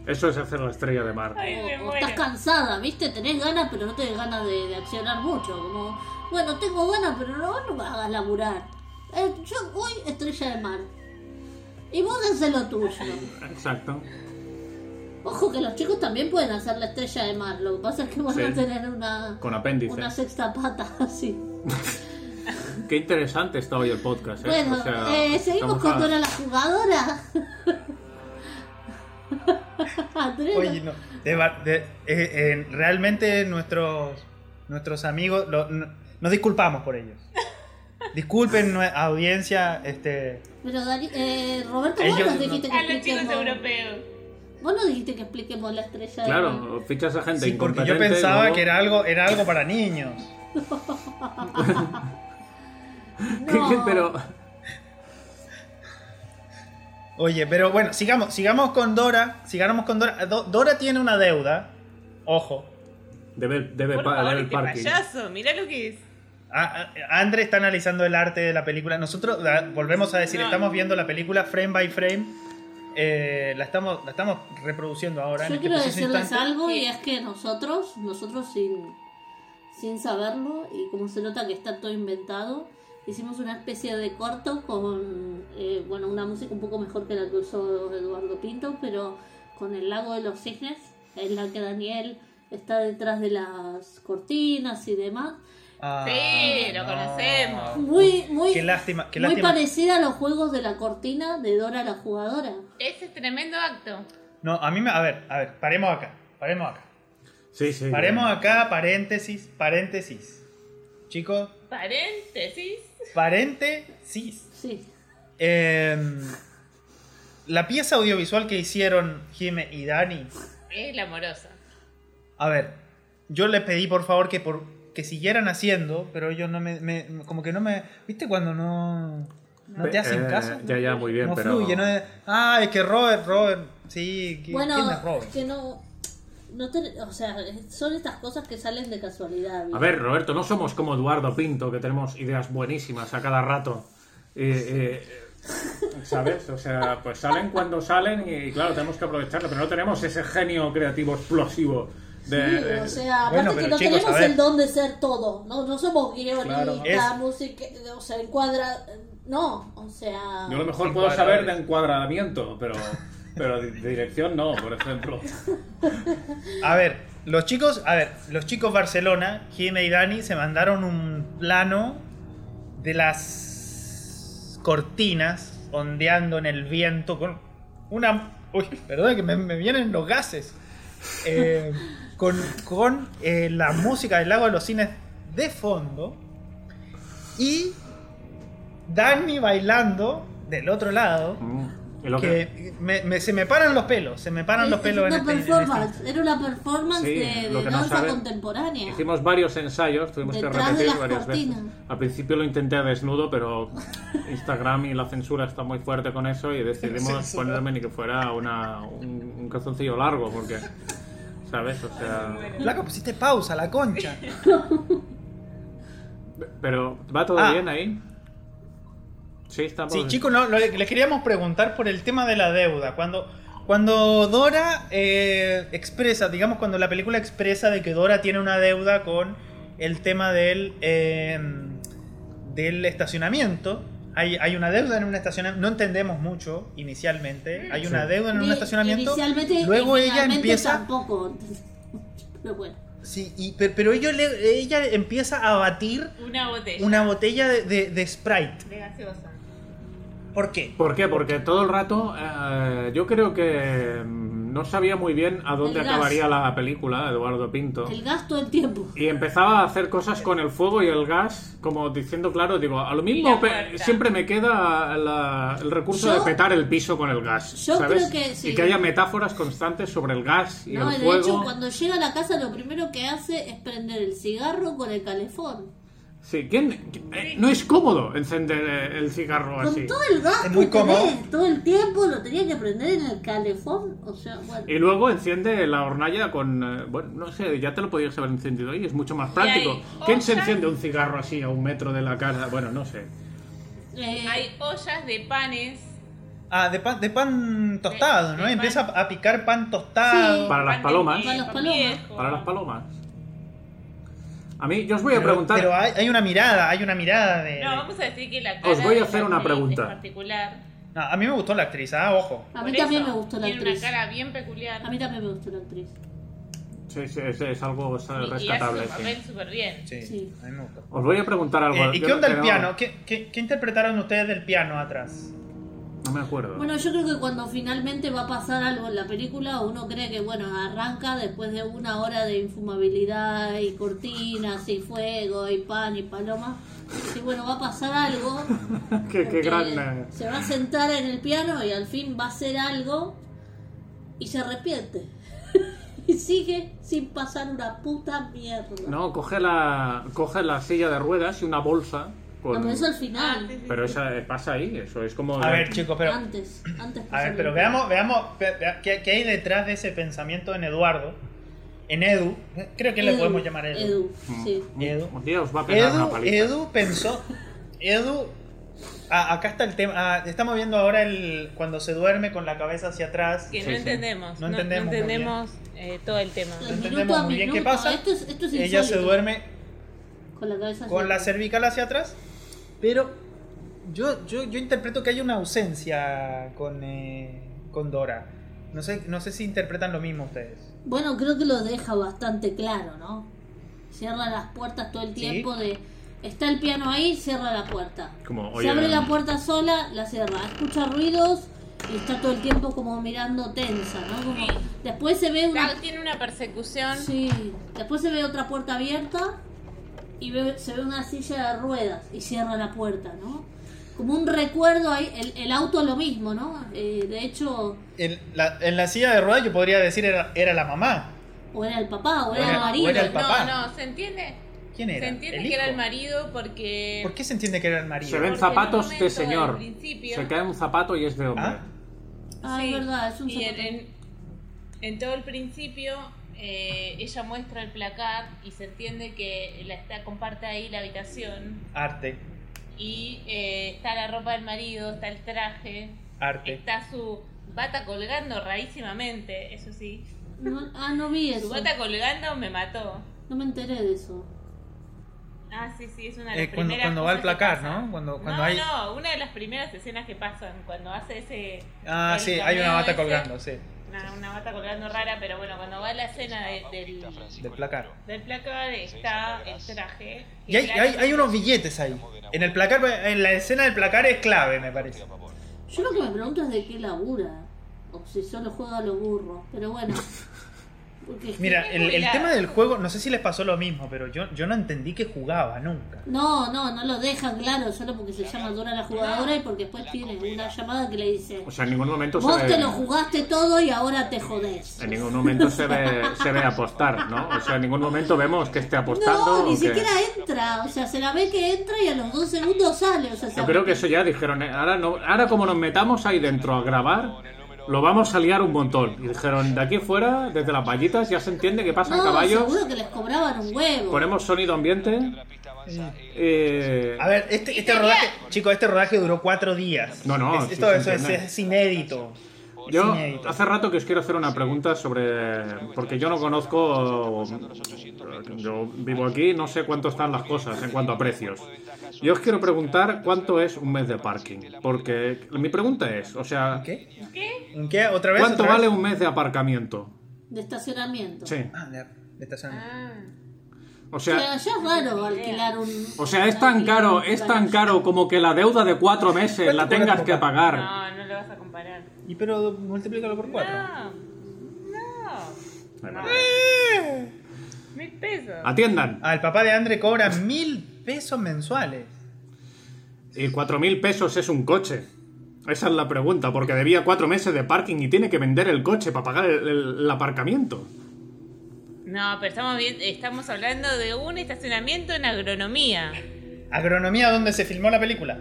Eso es hacer la estrella de mar. Ay, O- me o estás muero. cansada, ¿viste? Tenés ganas, pero no tenés ganas de, de accionar mucho. Como, bueno, tengo ganas, pero no, no me hagas laburar. Eh, yo voy estrella de mar. Y vos haces lo tuyo. Exacto. Ojo que los chicos también pueden hacer la estrella de mar. Lo que pasa es que van Sí. a tener una, Con apéndices. una sexta pata así. Qué interesante está hoy el podcast, ¿eh? Bueno, O sea, eh, seguimos estamos a- con Dora la jugadora. Andrea, Oye, no. de va- de- eh, eh, realmente nuestros, nuestros amigos. lo- n- nos disculpamos por ellos. Disculpen, nue- audiencia. Este, Pero Dari- eh, Roberto, vos Ellos nos dijiste A que los chicos expliquemos. europeos. Vos nos dijiste que expliquemos la estrella de mar. Claro, fichas a gente sí, porque incompetente. yo pensaba luego- que era algo, era algo para niños. ¿Qué- qué- No. Pero... Oye, pero bueno, sigamos, sigamos con Dora. Sigamos con Dora. Do- Dora tiene una deuda. Ojo. Debe, debe, Por pa- favor, debe el este parking. payaso, mirá lo que es. A- a- Andre está analizando el arte de la película. Nosotros la- volvemos a decir, No. estamos viendo la película frame by frame. Eh, la, estamos, la estamos reproduciendo ahora. en Yo este quiero preciso decirles instante. algo y Sí. es que nosotros, nosotros sin, sin saberlo y como se nota que está todo inventado, hicimos una especie de corto con, eh, bueno, una música un poco mejor que la que usó Eduardo Pinto, pero con el lago de los cisnes, en la que Daniel está detrás de las cortinas y demás. Ah, Sí, lo conocemos. Muy, muy, Qué lástima, qué muy lástima. parecida a los juegos de la cortina de Dora la jugadora. Ese es tremendo acto. No, a mí me. A ver, a ver, paremos acá. Paremos acá. Sí, sí. Paremos acá, paréntesis, paréntesis. Chicos, Paréntesis. paréntesis. Sí. Em, la pieza audiovisual que hicieron Jime y Dani Es la amorosa. A ver, yo les pedí por favor que por que siguieran haciendo, pero ellos no me, me- como que no me, ¿viste cuando no no te hacen Eh, caso? Ya, ya, muy bien, no pero... fluye, no es, ah, es que Robert, Robert, sí, que- ¿quién es Bueno, Robert? que no. no te- o sea, son estas cosas que salen de casualidad. ¿viste? A ver, Roberto, no somos como Eduardo Pinto, que tenemos ideas buenísimas a cada rato. Eh, eh, eh, ¿Sabes? O sea, pues salen cuando salen y, claro, tenemos que aprovecharlo, pero no tenemos ese genio creativo explosivo. De, eh, Sí, de- o sea, eh, Bueno, aparte que pero no chicos, a tenemos ver. el don de ser todo. No, no somos guionistas, Claro. Es- música, o sea, encuadra. No, o sea. Yo a lo mejor puedo Encuadradores. saber de encuadramiento, pero, pero de de dirección no, por ejemplo. A ver, los chicos, a ver, los chicos Barcelona, Jime y Dani se mandaron un plano de las cortinas ondeando en el viento con una... Uy, perdón, que me, me vienen los gases. Eh, con con eh, la música del lago de los cines de fondo y Dani bailando del otro lado. Mm, y lo que- Que me- me- se me paran los pelos, se me paran los es- es pelos en una este- en este performance, era una performance Sí, de, lo de que no danza saben- contemporánea. Hicimos varios ensayos, tuvimos Detrás que de repetir las varias cortinas. veces. Al principio lo intenté desnudo, pero Instagram y la censura está muy fuerte con eso y decidimos Censura. ponerme ni que fuera una, un, un calzoncillo largo, porque, ¿sabes? O sea, Flaco, pusiste pausa, la concha. pero ¿va todo Ah. bien ahí? Sí, estamos. Sí, chicos, no, no, les queríamos preguntar por el tema de la deuda. Cuando, cuando Dora eh, expresa, digamos, cuando la película expresa de que Dora tiene una deuda con el tema del, eh, del estacionamiento. Hay, hay una deuda en un estacionamiento, no entendemos mucho inicialmente. Hay una Sí. deuda en un Ni- estacionamiento. Inicialmente, Luego ella inicialmente empieza. Tampoco. Pero bueno. Sí, y- per- pero ello le- ella empieza a batir Una botella una botella de, de- de Sprite. de gaseosa. ¿Por qué? ¿Por qué? Porque todo el rato eh, yo creo que mm, no sabía muy bien a dónde El gas. acabaría la película, Eduardo Pinto. El gasto del tiempo. Y empezaba a hacer cosas con el fuego y el gas, como diciendo, claro, digo, a lo Y mismo la pe- puerta. siempre me queda la- el recurso Yo- de petar el piso con el gas. yo ¿sabes? creo que sí. Y que haya metáforas constantes sobre el gas y No, el de fuego. hecho, cuando llega a la casa, lo primero que hace es prender el cigarro con el calefón. Sí, ¿quién- qui- eh, no es cómodo encender eh, el cigarro Con así. todo el gasto Ah, Es muy que tenés, cómodo. todo el tiempo lo tenía que prender en el calefón. O sea, bueno. Eh, Y luego enciende la hornalla con... eh, Bueno, no sé, ya te lo podías haber encendido ahí, es mucho más práctico. hay ¿Quién se ollas. enciende un cigarro así a un metro de la casa? Bueno, no sé. eh, Hay ollas de panes. Ah, de pan, de pan tostado, de ¿no? pan. Empieza a a picar pan tostado. Sí. Para las pan de palomas. viejo, Para las viejo. Para las palomas. A mí, yo os voy a Pero, preguntar... pero hay, hay una mirada, hay una mirada de... No, vamos a decir que la cara Os voy a de hacer la una actriz pregunta. es particular. No, a mí me gustó la actriz, ah, ojo. a mí Por también eso, me gustó la tiene actriz. una cara bien peculiar. A mí también me gustó la actriz. Sí, sí, es, es algo es Y- y hace rescatable. su sí. papel súper bien. Sí, Sí. a mí me gustó. Os voy a preguntar algo. Eh, ¿Y yo qué no- onda que el no- piano? ¿Qué, qué, qué interpretaron ustedes del piano atrás? No me Ah. acuerdo. Bueno, yo creo que cuando finalmente va a pasar algo en la película, uno cree que, bueno, arranca después de una hora de infumabilidad y cortinas y fuego y pan y paloma. Y bueno, va a pasar algo. qué, qué porque gran. eh, Se va a sentar en el piano y al fin va a hacer algo y se arrepiente. y sigue sin pasar una puta mierda. No, coge la, coge la silla de ruedas y una bolsa. No, Con... pero eso al Ah, final. sí, sí, Pero esa eh, pasa ahí, eso es como. A ver, chicos, pero... Antes, antes A ver, pasarlo. pero veamos, veamos ve- ve- qué, qué hay detrás de ese pensamiento en Eduardo, en Edu, creo que le Edu, podemos llamar Edu. Edu, sí. Un- Edu. Mm, Un día os va a pegar una Edu, paliza. Edu pensó, Edu, ah, acá está el tema, ah, estamos viendo ahora el cuando se duerme con la cabeza hacia atrás. Que Sí, no, sí. entendemos, No no no entendemos entendemos. muy eh, todo el tema. El No entendemos minuto a muy bien qué minuto. pasa. Esto es, esto es Ella se insólito. duerme Con la cabeza con la hacia atrás. cervical hacia atrás, pero yo, yo, yo interpreto que hay una ausencia con, eh, con Dora. No sé, no sé si interpretan lo mismo ustedes. Bueno, creo que lo deja bastante claro, ¿no? Cierra las puertas todo el Sí. tiempo de... Está el piano ahí, cierra la puerta. Como, se oye, abre la puerta sola, la cierra. Escucha ruidos y está todo el tiempo como mirando tensa, ¿no? Como... Después se ve una... Claro, tiene una persecución. Sí. Después se ve otra puerta abierta y ve- se ve una silla de ruedas y cierra la puerta, ¿no? Como un recuerdo ahí, el, el auto lo mismo, ¿no? Eh, de hecho, En la, en la silla de ruedas yo podría decir era, era la mamá. o era el papá, o era, Era- el No, marido. o era el no, papá. no, se entiende. ¿Quién era? Se entiende ¿El que era hijo? el marido porque. ¿Por qué se entiende que era el marido? Se ven Porque zapatos en un de momento, al señor. principio- Se cae un zapato y es de hombre. ¿Ah? Ah, es Sí, verdad, es un y en, zapato. en- en todo el principio, eh, ella muestra el placar y se entiende que la está comparte ahí la habitación. Arte, Y eh, está la ropa del marido, está el traje, arte. está su bata colgando rarísimamente, eso sí. No- ah, no vi Su eso. bata colgando me mató. No me enteré de eso. Ah, sí, sí, es una de las Eh, cuando, primeras cuando va al cosas que placar, pasan. ¿no? Cuando, cuando No, hay... no, una de las primeras escenas que pasan cuando hace ese. Ah, el sí, hay cameo una bata ese. colgando, sí. Una, una bata colgando rara, pero bueno, cuando va a la escena de- del, Del placar. del placar está el traje. Y hay, hay, hay unos billetes ahí. En el placar, en la escena del placar es clave, me parece. Yo lo que me pregunto es de qué labura. O si solo juega a los burros. Pero bueno. Porque es que- Mira, el, el tema del juego, no sé si les pasó lo mismo, pero yo, yo no entendí que jugaba nunca. No, no, no lo dejan claro. Solo porque se llama Dora la jugadora y porque después tiene una llamada que le dice: O sea, en ningún momento se Vos ve. te lo jugaste todo y ahora te jodés. En ningún momento se ve, se ve apostar, ¿no? O sea, en ningún momento vemos que esté apostando. No, o ni que- siquiera entra. O sea, se la ve que entra y a los dos segundos sale. O sea, Yo se- creo que eso ya dijeron, eh, ahora, no, ahora como nos metamos ahí dentro a grabar, lo vamos a liar un montón. Y dijeron, de aquí fuera, desde las vallitas, ya se entiende que pasan No, caballos, seguro que les cobraban un huevo. ponemos sonido ambiente. eh, A ver, este, este rodaje, chicos, este rodaje duró cuatro días. No, no, Es- sí esto se eso es, entiende. es inédito. yo inédito. hace rato que os quiero hacer una pregunta sobre... porque yo no conozco... Yo vivo aquí, no sé cuánto están las cosas en cuanto a precios. Yo os quiero preguntar cuánto es un mes de parking. Porque mi pregunta es, o sea, ¿Qué? ¿En qué? ¿Otra vez? ¿cuánto ¿Otra vez? vale un mes de aparcamiento? De estacionamiento. Sí. Ah, de- de estacionamiento. Ah. O Pero sea, ya es raro alquilar un. o sea, es tan caro, es tan caro como que la deuda de cuatro meses la ¿Cuánto tengas cobras, que papá? pagar. No, no lo vas a comparar. Y pero multiplícalo por cuatro. No. No. no. Mil pesos. Atiendan. Ah, el papá de Andre cobra mil pesos mensuales. ¿Y cuatro mil pesos es un coche? Esa es la pregunta, porque debía cuatro meses de parking y tiene que vender el coche para pagar el, el- el aparcamiento. No, pero estamos, bien, estamos hablando de un estacionamiento en agronomía. Agronomía, donde se filmó la película.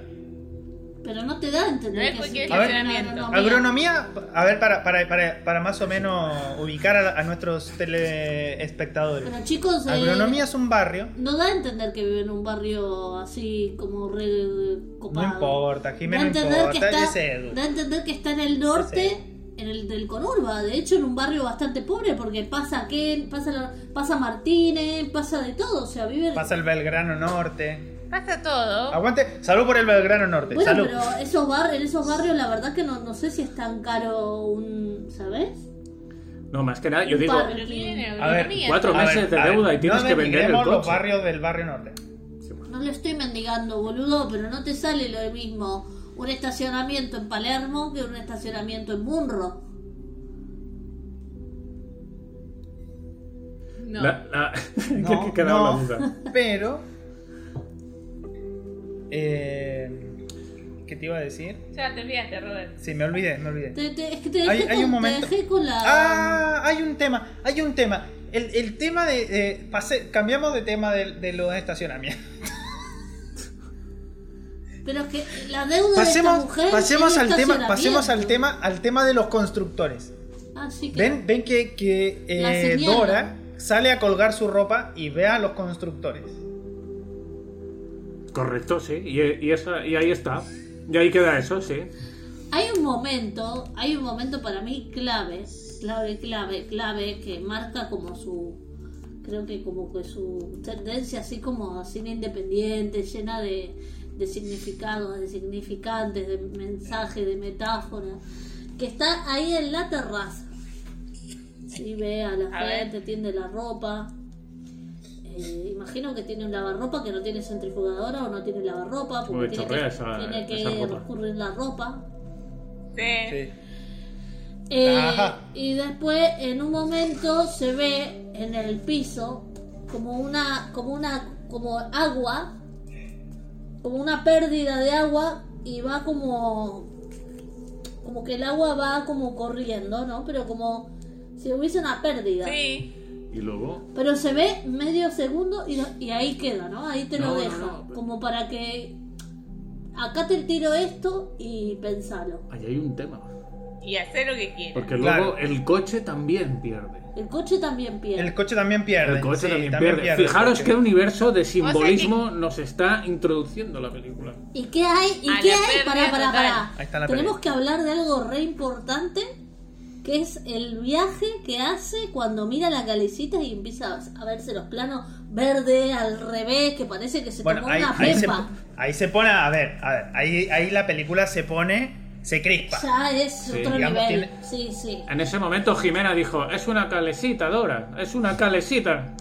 Pero no te da a No entender es que cualquier un- estacionamiento. una Agronomía, a ver, para, para, para, para más o menos ubicar a, a nuestros teleespectadores. Pero chicos, eh, Agronomía es un barrio. no da a entender que vive en un barrio así como re No copado. importa, Da a Jimena no entender que importa, está, ya sé, Edu. da a entender que está en el Es norte, en el del Conurba, de hecho en un barrio bastante pobre porque pasa Ken, pasa, la- pasa Martínez, pasa de todo, o sea, vive Pasa el Belgrano Norte. Pasa todo. Aguante, salud por el Belgrano Norte, Bueno, salud. pero esos bar- en esos barrios la verdad que no, no sé si es tan caro un, ¿sabes? No, más que nada, yo Un digo, par. Pero viven en A ver, agronomía. Ah, cuatro A ver, meses de a ver, deuda y tienes no que vender el denigremos los coche. barrios del barrio norte. No lo estoy mendigando, boludo, pero no te sale lo mismo un estacionamiento en Palermo que un estacionamiento en Munro. No. La- la- No, que- que quedaba no. la duda. Pero. eh, ¿Qué te iba a decir? Ya te olvidaste, Robert. Sí, me olvidé, me olvidé. Te- te- es que te dejé, Hay- con, hay un te momento- dejé con la... Ah, hay un tema, hay un tema. El, el tema de. eh, pase- cambiamos de tema de, de los estacionamientos. Pero es que la deuda de Pasemos, esta mujer... pasemos es al tema, estacionamiento. pasemos al tema, al tema de los constructores. Así que... Ven, ven que, que, eh, La señora. Dora sale a colgar su ropa y ve a los constructores. Correcto, sí. Y, y esa- y ahí está. Y ahí queda eso, sí. Hay un momento, hay un momento para mí clave, clave, clave, clave, que marca como su, creo que como que su tendencia así como a cine independiente, llena de, de significados, de significantes, de mensajes, de metáforas, que está ahí en la terraza. Sí, ve a la A ver. gente, tiende la ropa. Eh, imagino que tiene un lavarropa que no tiene centrifugadora o no tiene lavarropa porque Uy, tiene que, chorrea esa- tiene que esa ropa. recurrir la ropa Sí. eh, Ajá. y después en un momento se ve en el piso como una como una como agua como una pérdida de agua y va como como que el agua va como corriendo, ¿no? Pero como si hubiese una pérdida. Sí. Y luego. Pero se ve medio segundo y, lo- y ahí queda, ¿no? Ahí te No, lo no, deja. no, pero- Como para que acá te tiro esto y pensalo. Ahí hay un tema. Y hacer lo que quieras. Porque Claro. luego el coche también pierde. El coche también pierde. El coche también pierde. El coche sí, también, pierde. pierde el Fijaros coche. qué universo de simbolismo nos está introduciendo la película. ¿Y qué hay? ¿Y A qué la hay? Para, pérdida para, total. para. Ahí está la Tenemos que hablar de algo re importante, que es el viaje que hace cuando mira la calecita y empieza a verse los planos verde al revés, que parece que se Bueno, tomó ahí, una ahí se, pepa. ahí se pone, a ver, a ver, ahí, ahí la película se pone, se crispa. Ya es otro digamos, nivel. tiene- Sí, sí. En ese momento Jimena dijo, es una calecita, Dora, es una calecita.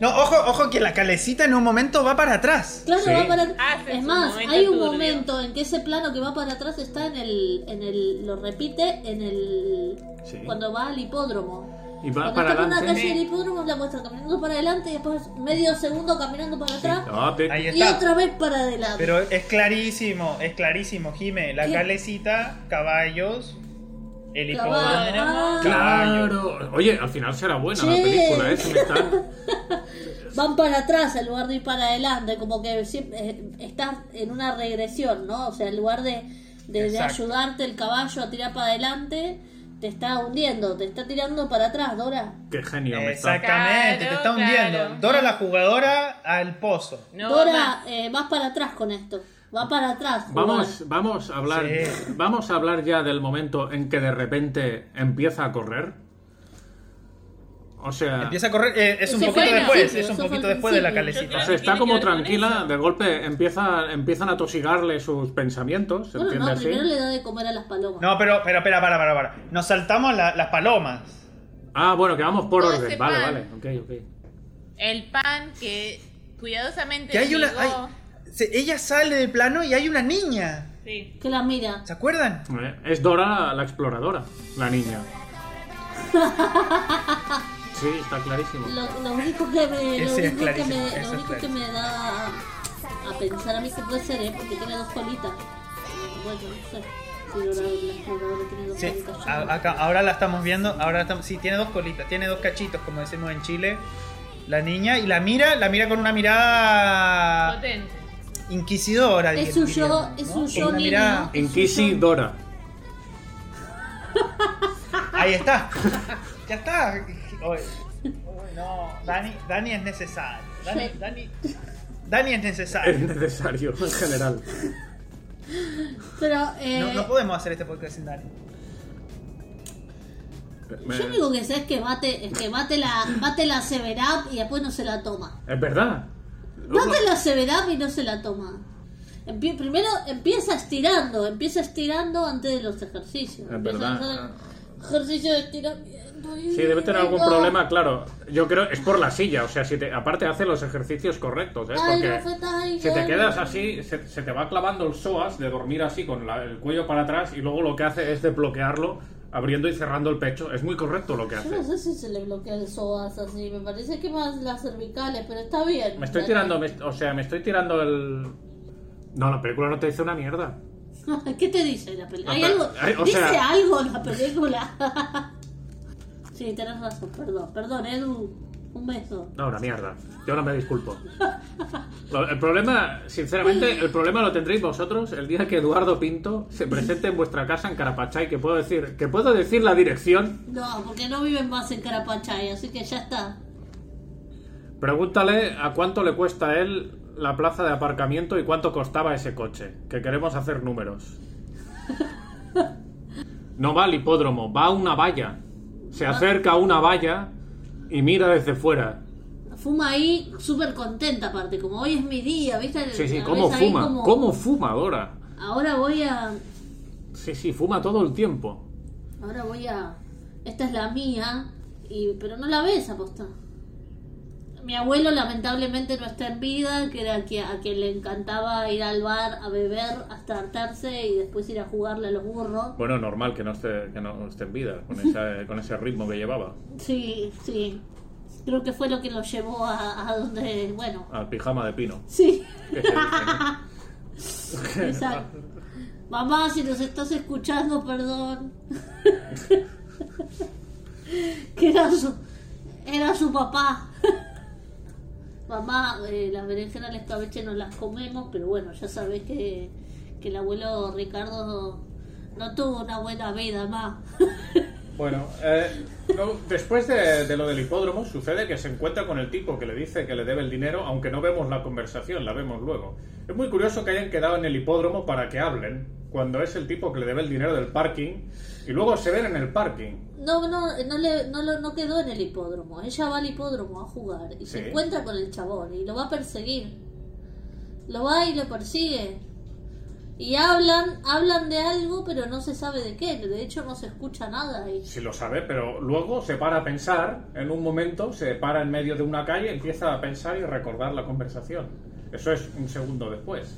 No, ojo, ojo que la calecita en un momento va para atrás. Claro, Sí. va para Hace Es su más, momento hay un turbio. momento en que ese plano que va para atrás está en el, en el, lo repite en el, Sí. cuando va al hipódromo. Y va Cuando para está por una adelante. calle del hipódromo la muestra caminando para adelante y después medio segundo caminando para atrás Ah, pe- Ahí y está. otra vez para adelante. Pero es clarísimo, es clarísimo, Jime. La ¿Qué? calecita, caballos, el Caballo. hipódromo. Ah, Claro. Oye, al final será buena Sí. la película, ¿eh? Se me está- Van para atrás en lugar de ir para adelante, como que siempre, eh, estás en una regresión, ¿no? O sea, en lugar de, de- de Exacto. ayudarte el caballo a tirar para adelante, te está hundiendo, te está tirando para atrás, Dora. Qué genio me está. Exactamente, te Claro, está hundiendo. claro. Dora la jugadora al pozo. No, Dora, mamá. eh, vas para atrás con esto, va para atrás. jugar. Vamos, vamos a hablar, Sí. vamos a hablar ya del momento en que de repente empieza a correr. O sea, Empieza a correr, eh, es un poquito Eso fue al después, principio, es un eso fue poquito al después de la principio. calecita. o sea, Tiene está que como ver con tranquila, eso. de golpe empieza, empiezan a tosigarle sus pensamientos, ¿se Bueno, entiende no, así? primero le da de comer a las palomas. No, pero, pero, espera, para, para, para. Nos saltamos la- las palomas. Ah, bueno, que vamos por Todo orden. ese Vale, pan. vale. Ok, ok. El pan que cuidadosamente Que hay una. ligó- hay- se- ella sale del plano y hay una niña. Sí. Que la mira. ¿Se acuerdan? Eh, Es Dora la, la exploradora, la niña. Sí, está clarísimo. Lo, lo único que me, lo Ese es único que clarísimo, me, ese lo es único que clarísimo. me da a pensar a mí que puede ser, ¿eh? Porque tiene dos colitas. Bueno, no sé. Si Dora la exploradora tiene dos Sí, colitas. yo no. a- acá- ahora la estamos viendo. Ahora la estamos, sí, tiene dos colitas, tiene dos cachitos, como decimos en Chile. La niña y la mira, la mira con una mirada Potente. inquisidora. Es dir- su diríamos, yo- es ¿no? su Con yo una niño. mirada- Inquisidora. Ahí está. ya está. Oye, oye, no, Dani, Dani es necesario. Dani, Dani, Dani es Es necesario. necesario en general. Pero, eh, No, no podemos hacer este podcast sin Dani. Me- yo digo que sé que mate, es que mate la, mate la Severap y después no se la toma. Es verdad. Mate la Severap y no se la toma. Empie- primero empieza estirando, empieza estirando antes de los ejercicios. Es Empieza verdad. a hacer Ejercicio de estiramiento. y- Sí, debe tener algún No. problema, claro. Yo creo es por la silla, o sea, si te, aparte hace los ejercicios correctos, ¿eh? Ay, no fue Porque tan si te grande. quedas así, se, se te va clavando el psoas de dormir así con la- el cuello para atrás y luego lo que hace es desbloquearlo abriendo y cerrando el pecho. Es muy correcto lo que Yo hace. no sé si se le bloquea el psoas así, me parece que más las cervicales, pero está bien. Me estoy tirando, me- o sea, me estoy tirando el... No, la película no te dice una mierda. ¿Qué te dice la película? La ¿Hay pe- algo? hay- o dice sea- algo la película. sí, tenés razón, perdón, perdón, Edu. Un beso. No, una mierda. Yo no me disculpo. Lo- El problema, sinceramente, el problema lo tendréis vosotros el día que Eduardo Pinto se presente en vuestra casa en Carapachay, que puedo decir, que puedo decir la dirección. No, porque no viven más en Carapachay, así que ya está. Pregúntale a cuánto le cuesta a él la plaza de aparcamiento y cuánto costaba ese coche, que queremos hacer números. No va al hipódromo, va a una valla. Ah. Se acerca a una valla y mira desde fuera. Fuma ahí súper contenta, aparte, como hoy es mi día, ¿viste? Sí, sí, La ¿cómo ves ahí fuma? como- ¿Cómo fuma ahora? Ahora voy a. Sí, sí, fuma todo el tiempo. Ahora voy a. Esta es la mía, y... pero no la ves, aposta. Mi abuelo lamentablemente no está en vida, que era a quien, a quien le encantaba ir al bar a beber hasta hartarse y después ir a jugarle a los burros. Bueno, normal que no esté, que no esté en vida, con, esa- con ese ritmo que llevaba. Sí, sí. Creo que fue lo que lo llevó a, a donde. Bueno, Al pijama de pino. sí. que se dice. Exacto. Mamá, si nos estás escuchando, perdón. que era su, era su papá. Mamá, eh, las berenjenas al escabeche no las comemos, pero bueno, ya sabés que, que el abuelo Ricardo no tuvo una buena vida, mamá. Bueno, eh, no, después de, de lo del hipódromo sucede que se encuentra con el tipo que le dice que le debe el dinero, aunque no vemos la conversación, la vemos luego. Es muy curioso que hayan quedado en el hipódromo para que hablen, cuando es el tipo que le debe el dinero del parking, y luego se ven en el parking. No, no, no, le, no, lo- no quedó en el hipódromo. Ella va al hipódromo a jugar y Sí. se encuentra con el chabón y lo va a perseguir. Lo va y lo persigue. Y hablan, hablan de algo, pero no se sabe de qué. De hecho, no se escucha nada. Y Si lo sabe, pero luego se para a pensar, en un momento se para en medio de una calle, empieza a pensar y recordar la conversación. Eso es un segundo después.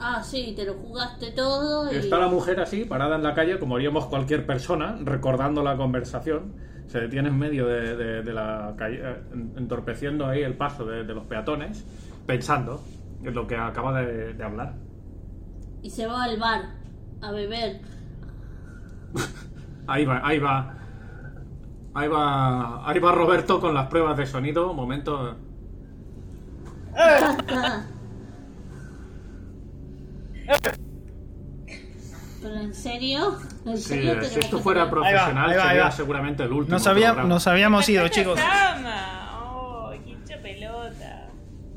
ah, sí, te lo jugaste todo. Y... Está la mujer así, parada en la calle, como haríamos cualquier persona, recordando la conversación. Se detiene en medio de, de- de la calle, eh, en- entorpeciendo ahí el paso de, de los peatones, pensando en lo que acaba de, de hablar. y se va al bar a beber. Ahí va, ahí va. Ahí va, ahí va Roberto con las pruebas de sonido. Momento. ¿Pero en serio? ¿En Sí, serio si tenemos esto que fuera tener- profesional, ahí va, ahí sería va. seguramente el último. Nos, había- programa. nos habíamos ido, Acá chicos. Sama. Oh, quincha pelota.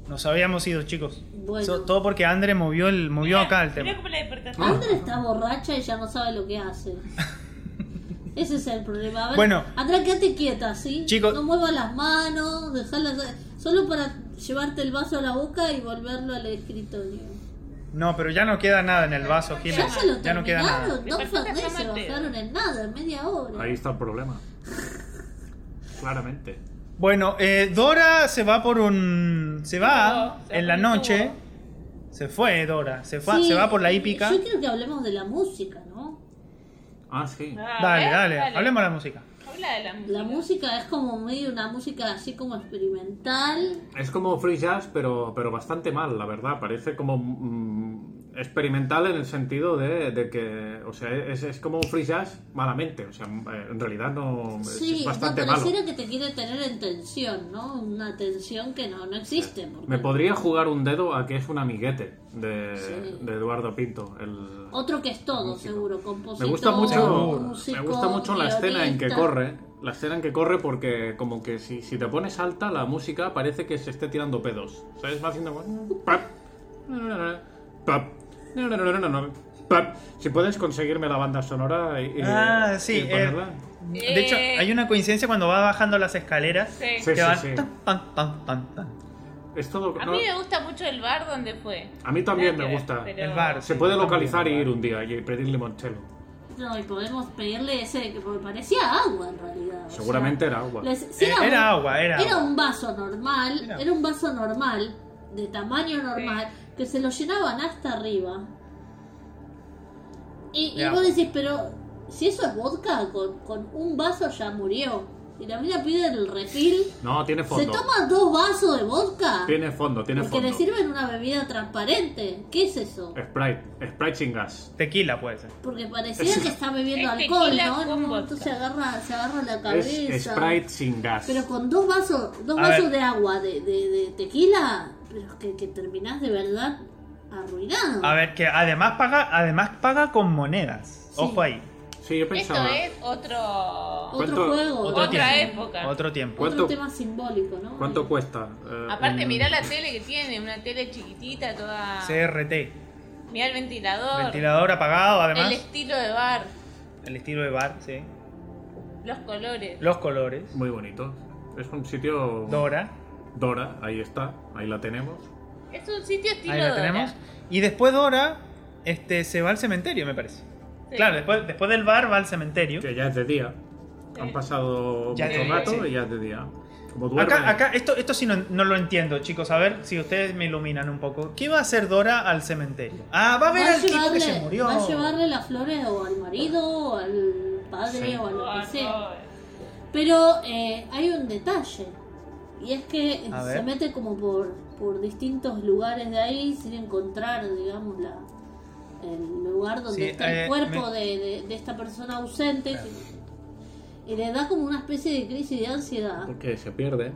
Nos habíamos ido, chicos. Bueno. So- todo porque Andre movió el movió Mira, acá el mira tema. cómo la Ah. despertaste. Andra está borracha y ya no sabe lo que hace. Ese es el problema. A ver, Bueno. Andra, quédate quieta, ¿sí? Chicos- No muevas las manos, dejarlas. Solo para llevarte el vaso a la boca y volverlo al escritorio. No, pero ya no queda nada en el vaso, Jimena. Ya se lo Ya no queda nada. terminaron. Dos Me falta Fernet se tomate. bajaron en nada, en media hora. Ahí está el problema. Claramente. Bueno, eh, Dora se va por un. Se va No, se va en la por un noche. Se fue Dora, se, fue, Sí, se va por la hípica. Yo quiero que hablemos de la música, ¿no? Ah, sí. Ah, Dale, ¿eh? dale, hablemos de la música. Habla de la música. La música es como medio una música así como experimental. Es como free jazz, pero, pero bastante mal, la verdad. Parece como mm, experimental en el sentido de, de que, o sea, es, es como free jazz malamente. O sea, eh, en realidad no es- Sí, es no bastante malo. pareciera que te quiere tener en tensión, ¿no? Una tensión que no, no existe. porque- Me podría jugar un dedo a que es un amiguete de, Sí. de Eduardo Pinto. el- Otro que es todo, Músico. seguro, compositor. Me gusta mucho, músico, me gusta mucho la escena en que guionista. corre. La escena en que corre porque como que si, si te pones alta la música parece que se esté tirando pedos. ¿Sabes? Va haciendo... como- pap, pap, pap. Si puedes conseguirme la banda sonora y, y- Ah, y sí, eh, ponerla. Eh. De hecho, hay una coincidencia cuando va bajando las escaleras. Sí. Sí. que van tan, tan, tan, tan, tan. Es todo... A no, mí me gusta mucho el bar donde fue. a mí también Nada me que ver, gusta. pero- El bar. Se sí, puede está muy localizar y bien, ir el un día y pedirle Monchelo. No, y podemos pedirle ese, que porque parecía agua en realidad. o sea, Seguramente era agua. les- sí, bar. Eh, Era agua, era Era agua. un vaso normal, Era- era, un vaso normal, de tamaño normal, que se lo llenaban hasta arriba. Y, y Ya. vos decís, pero si eso es vodka, con, con un vaso ya murió. Y la mina pide el refil, No, tiene se fondo. toma dos vasos de vodka. Tiene fondo, tiene Porque fondo. le sirven una bebida transparente. ¿Qué es eso? Sprite, Sprite sin gas. Tequila puede ser. Porque parecía que está bebiendo Es alcohol, tequila ¿no? En un con momento vodka. se agarra, se agarra la cabeza. Es Sprite sin gas. Pero con dos vasos, dos A vasos ver. de agua de, de, de tequila, pero es que, que terminás de verdad arruinado. A ver, que además paga, además paga con monedas. Ojo ahí. Sí, yo Esto pensaba. es otro. otro ¿cuánto- juego, otro otro, Otra tiempo. época. Otro tiempo. ¿Cuánto- tema simbólico, ¿no? ¿Cuánto cuesta? Eh, Aparte, Mm. un- mirá la tele que tiene, una tele chiquitita, toda. CRT. Mirá el ventilador. Ventilador apagado, además. El estilo de bar, El estilo de bar, sí. los colores. Los colores. Muy bonito. Es un sitio. Dora. Dora, ahí está, ahí la tenemos. Es un sitio estilo Ahí la Dora. tenemos. Y después Dora este, se va al cementerio, me parece. Sí. Claro, después, después del bar va al cementerio. Que ya es de día. Han pasado Ya mucho de día, rato sí. y ya es de día. Como duerme. Acá, acá, esto, esto sí no, no lo entiendo, chicos. A ver si ustedes me iluminan un poco. ¿Qué va a hacer Dora al cementerio? Ah, va a ver Va a, al tipo que se llevarle, murió. va a llevarle las flores o al marido, o al padre, Sí. o a lo Ah, que sea. no. Pero eh, hay un detalle, y es que A se ver. mete como por, por distintos lugares de ahí sin encontrar, digamos, la, el lugar donde Sí, está eh, el cuerpo me- de, de- de esta persona ausente. que- y le da como una especie de crisis de ansiedad, Porque se pierde.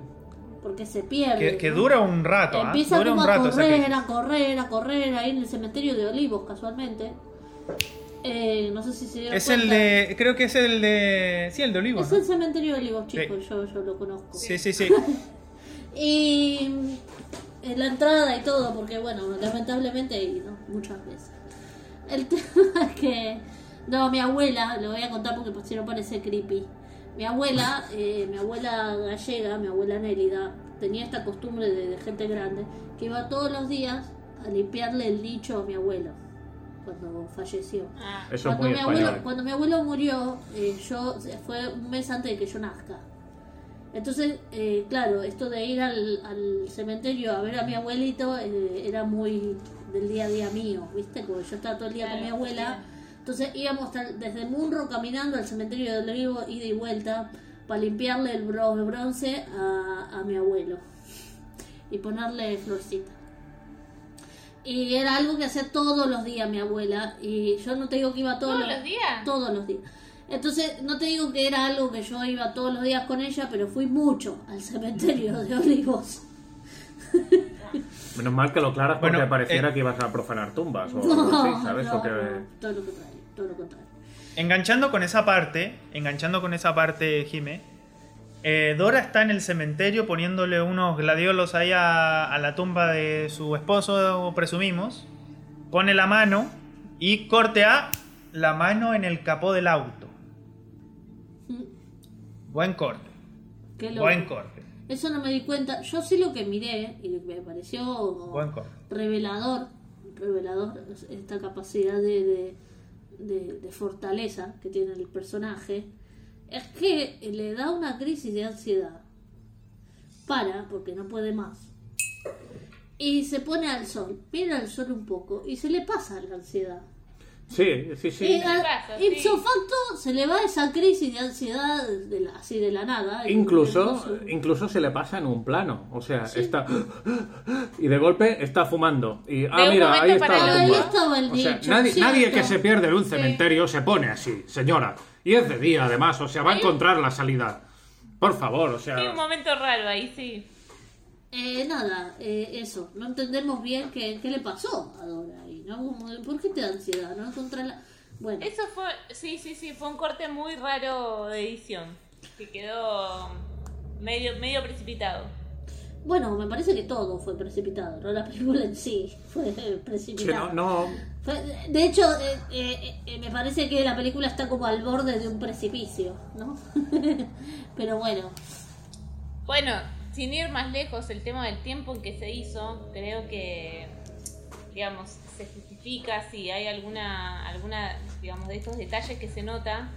porque se pierde. Que, que ¿no? dura un rato, ¿ah? Empieza Dura como un a rato esa correr, crisis. a correr, a correr ahí en el cementerio de Olivos, casualmente. Eh, no sé si se dieron Es cuenta. el de. Creo que es el de. Sí, el de Olivo. Es ¿no? el cementerio de Olivos, Sí. chicos, yo, yo lo conozco. Sí, sí, sí. Y mm, en la entrada y todo, porque bueno, lamentablemente he ido muchas veces. El tema es que... No, mi abuela, lo voy a contar porque pues, si no parece creepy. Mi abuela, eh, mi abuela gallega, mi abuela Nélida, tenía esta costumbre de, de gente grande que iba todos los días a limpiarle el nicho a mi abuelo cuando falleció. Ah, Eso Cuando es mi, muy español. abuelo, cuando mi abuelo murió, eh, yo fue un mes antes de que yo nazca. Entonces, eh, claro, esto de ir al, al cementerio a ver a mi abuelito eh, era muy del día a día mío, ¿viste? Como yo estaba todo el día con mi Claro, abuela. Entonces íbamos tal- desde Munro caminando al cementerio del Olivo, ida y vuelta, para limpiarle el bro- el bronce a, a mi abuelo y ponerle florcita. Y era algo que hacía todos los días mi abuela. Y yo no te digo que iba todos, ¿Todos los días? Todos los días. Entonces, no te digo que era algo que yo iba todos los días con ella, pero fui mucho al cementerio de Olivos. Menos mal que lo aclaras porque Bueno, pareciera eh, que ibas a profanar tumbas o No, algo así, ¿sabes? no, O que- no, todo lo contrario, todo lo contrario. Enganchando con esa parte, enganchando con esa parte, Jime, eh, Dora está en el cementerio poniéndole unos gladiolos ahí a, a la tumba de su esposo, presumimos. Pone la mano y corte a la mano en el capó del auto. Buen corte, Qué loco. buen corte, Eso no me di cuenta. Yo sí lo que miré y me pareció buen corte. revelador, revelador esta capacidad de, de- de- de fortaleza que tiene el personaje, es que le da una crisis de ansiedad. Para, porque no puede más. Y se pone al sol, mira al sol un poco y se le pasa la ansiedad. Eh, Sí, sí, sí. Y, al- pasa, y sí. sofacto se le va esa crisis de ansiedad de la- así de la nada. Incluso, incluso se le pasa en un plano. O sea, está. Y de golpe está fumando. Y, ah, De un mira, ahí momento está para la el tumba. otro. Ahí estaba el O sea, dicho, nadie, cierto. nadie que se pierde en un cementerio se pone así, señora. Y es de día, además. O sea, va a encontrar la salida. Por favor, o sea. Hay un momento raro ahí, sí. Eh, nada, eh, eso. No entendemos bien qué, qué le pasó a Dora ahí, ¿no? Como de, ¿Por qué te da ansiedad? ¿No? Contra la... Bueno, Eso fue, sí, sí, sí, fue un corte muy raro de edición. Que quedó medio, medio precipitado. bueno, me parece que todo fue precipitado, ¿no? La película en sí fue que precipitada. no, no. Fue- De hecho, eh, eh, eh, me parece que la película está como al borde de un precipicio, ¿no? Pero bueno, Bueno, sin ir más lejos, el tema del tiempo en que se hizo, creo que, digamos, se justifica si hay alguna, alguna digamos, de estos detalles que se nota,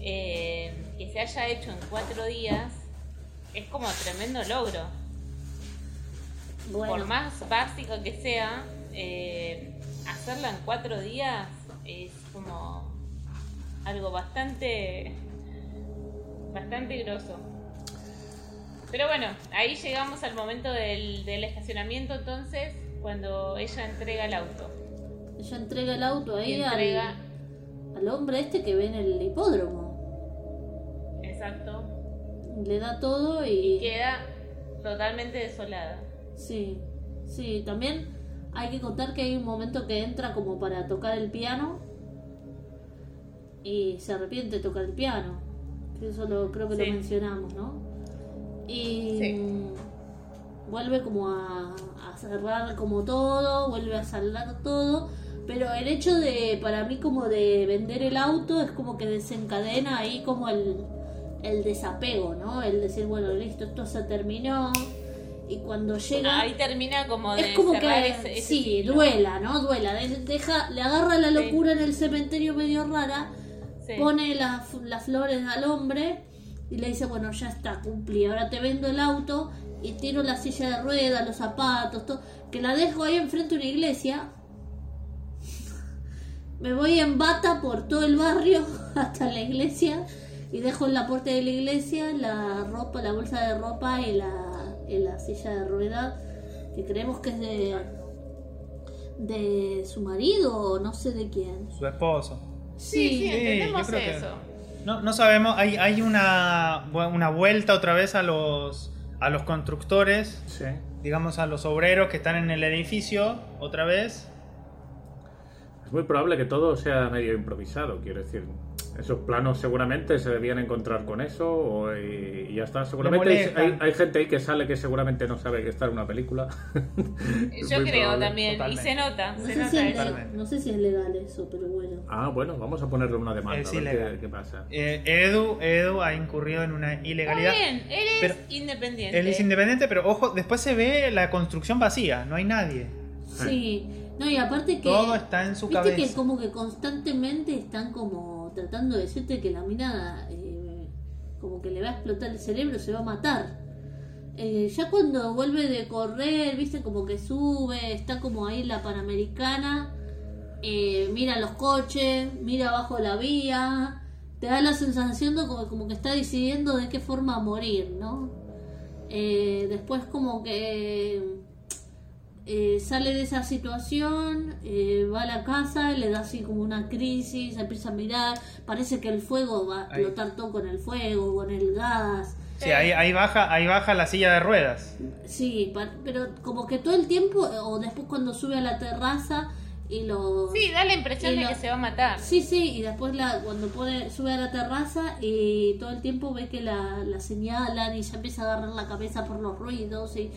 eh, que se haya hecho en cuatro días, es como tremendo logro. bueno. Por más básico que sea, eh, hacerla en cuatro días es como algo bastante, bastante grosso. Pero bueno, ahí llegamos al momento del, del estacionamiento entonces, cuando ella entrega el auto. Ella entrega el auto Y ahí al- entrega, al, hombre este que ve en el hipódromo. exacto, Le da todo y y... queda totalmente desolada. Sí, sí, también hay que contar que hay un momento que entra como para tocar el piano y se arrepiente de tocar el piano. Que Eso lo, creo que Sí. lo mencionamos, ¿no? Y Sí. mm, vuelve como a, a cerrar como todo, vuelve a saldar todo, pero el hecho de, para mí como de vender el auto es como que desencadena ahí como el, el desapego, ¿no? El decir, bueno, listo, esto se terminó y cuando llega Ahí termina como de es como cerrar que ese- ese sí ciclo. duela no duela De- deja le agarra la locura en el cementerio medio rara Sí. pone la f- las flores al hombre y le dice bueno ya está cumplí ahora te vendo el auto y tiro la silla de ruedas los zapatos todo que la dejo ahí enfrente de una iglesia me voy en bata por todo el barrio hasta la iglesia y dejo en la puerta de la iglesia la ropa, la bolsa de ropa y la, y la silla de ruedas que creemos que es de, de su marido o no sé de quién. Su esposo. Sí, sí, yo entendemos creo que- eso. No, no sabemos, hay, hay una, una vuelta otra vez a los, a los constructores, Sí. digamos a los obreros que están en el edificio, otra vez. Es muy probable que todo sea medio improvisado, quiero decir. Esos planos seguramente se debían encontrar con eso o- y, y ya está. Seguramente hay, molestan. hay- hay gente ahí que sale que seguramente no sabe que está en una película. Es Yo muy creo probable. también, totalmente. y se nota, No sé, se si nota es eso. legal, no sé si es legal eso, pero bueno. Ah, bueno, vamos a ponerle una demanda. Es a ver ilegal. qué, qué pasa. Eh, Edu, Edu ha incurrido en una Está ilegalidad. bien, él es Pero- independiente. Él es independiente, pero ojo, después se ve la construcción vacía, no hay nadie. Sí, no, y aparte que... Todo está en su Viste cabeza. que como que constantemente están como tratando de decirte que la mina eh, como que le va a explotar el cerebro, se va a matar. Eh, ya cuando vuelve de correr, viste como que sube, está como ahí la Panamericana, eh, mira los coches, mira abajo la vía, te da la sensación de como, como que está decidiendo de qué forma morir, ¿no? Eh, después como que... Eh, sale de esa situación, eh, va a la casa, le da así como una crisis, empieza a mirar, parece que el fuego va a Ahí. explotar todo con el fuego, con el gas. Sí, ahí, ahí baja, ahí baja la silla de ruedas. Sí, pa- pero como que todo el tiempo, eh, o después cuando sube a la terraza y lo... Sí, da la impresión Y de lo- que se va a matar. Sí, sí, y después la, cuando pone, sube a la terraza y todo el tiempo ve que la, la señalan y ya empieza a agarrar la cabeza por los ruidos y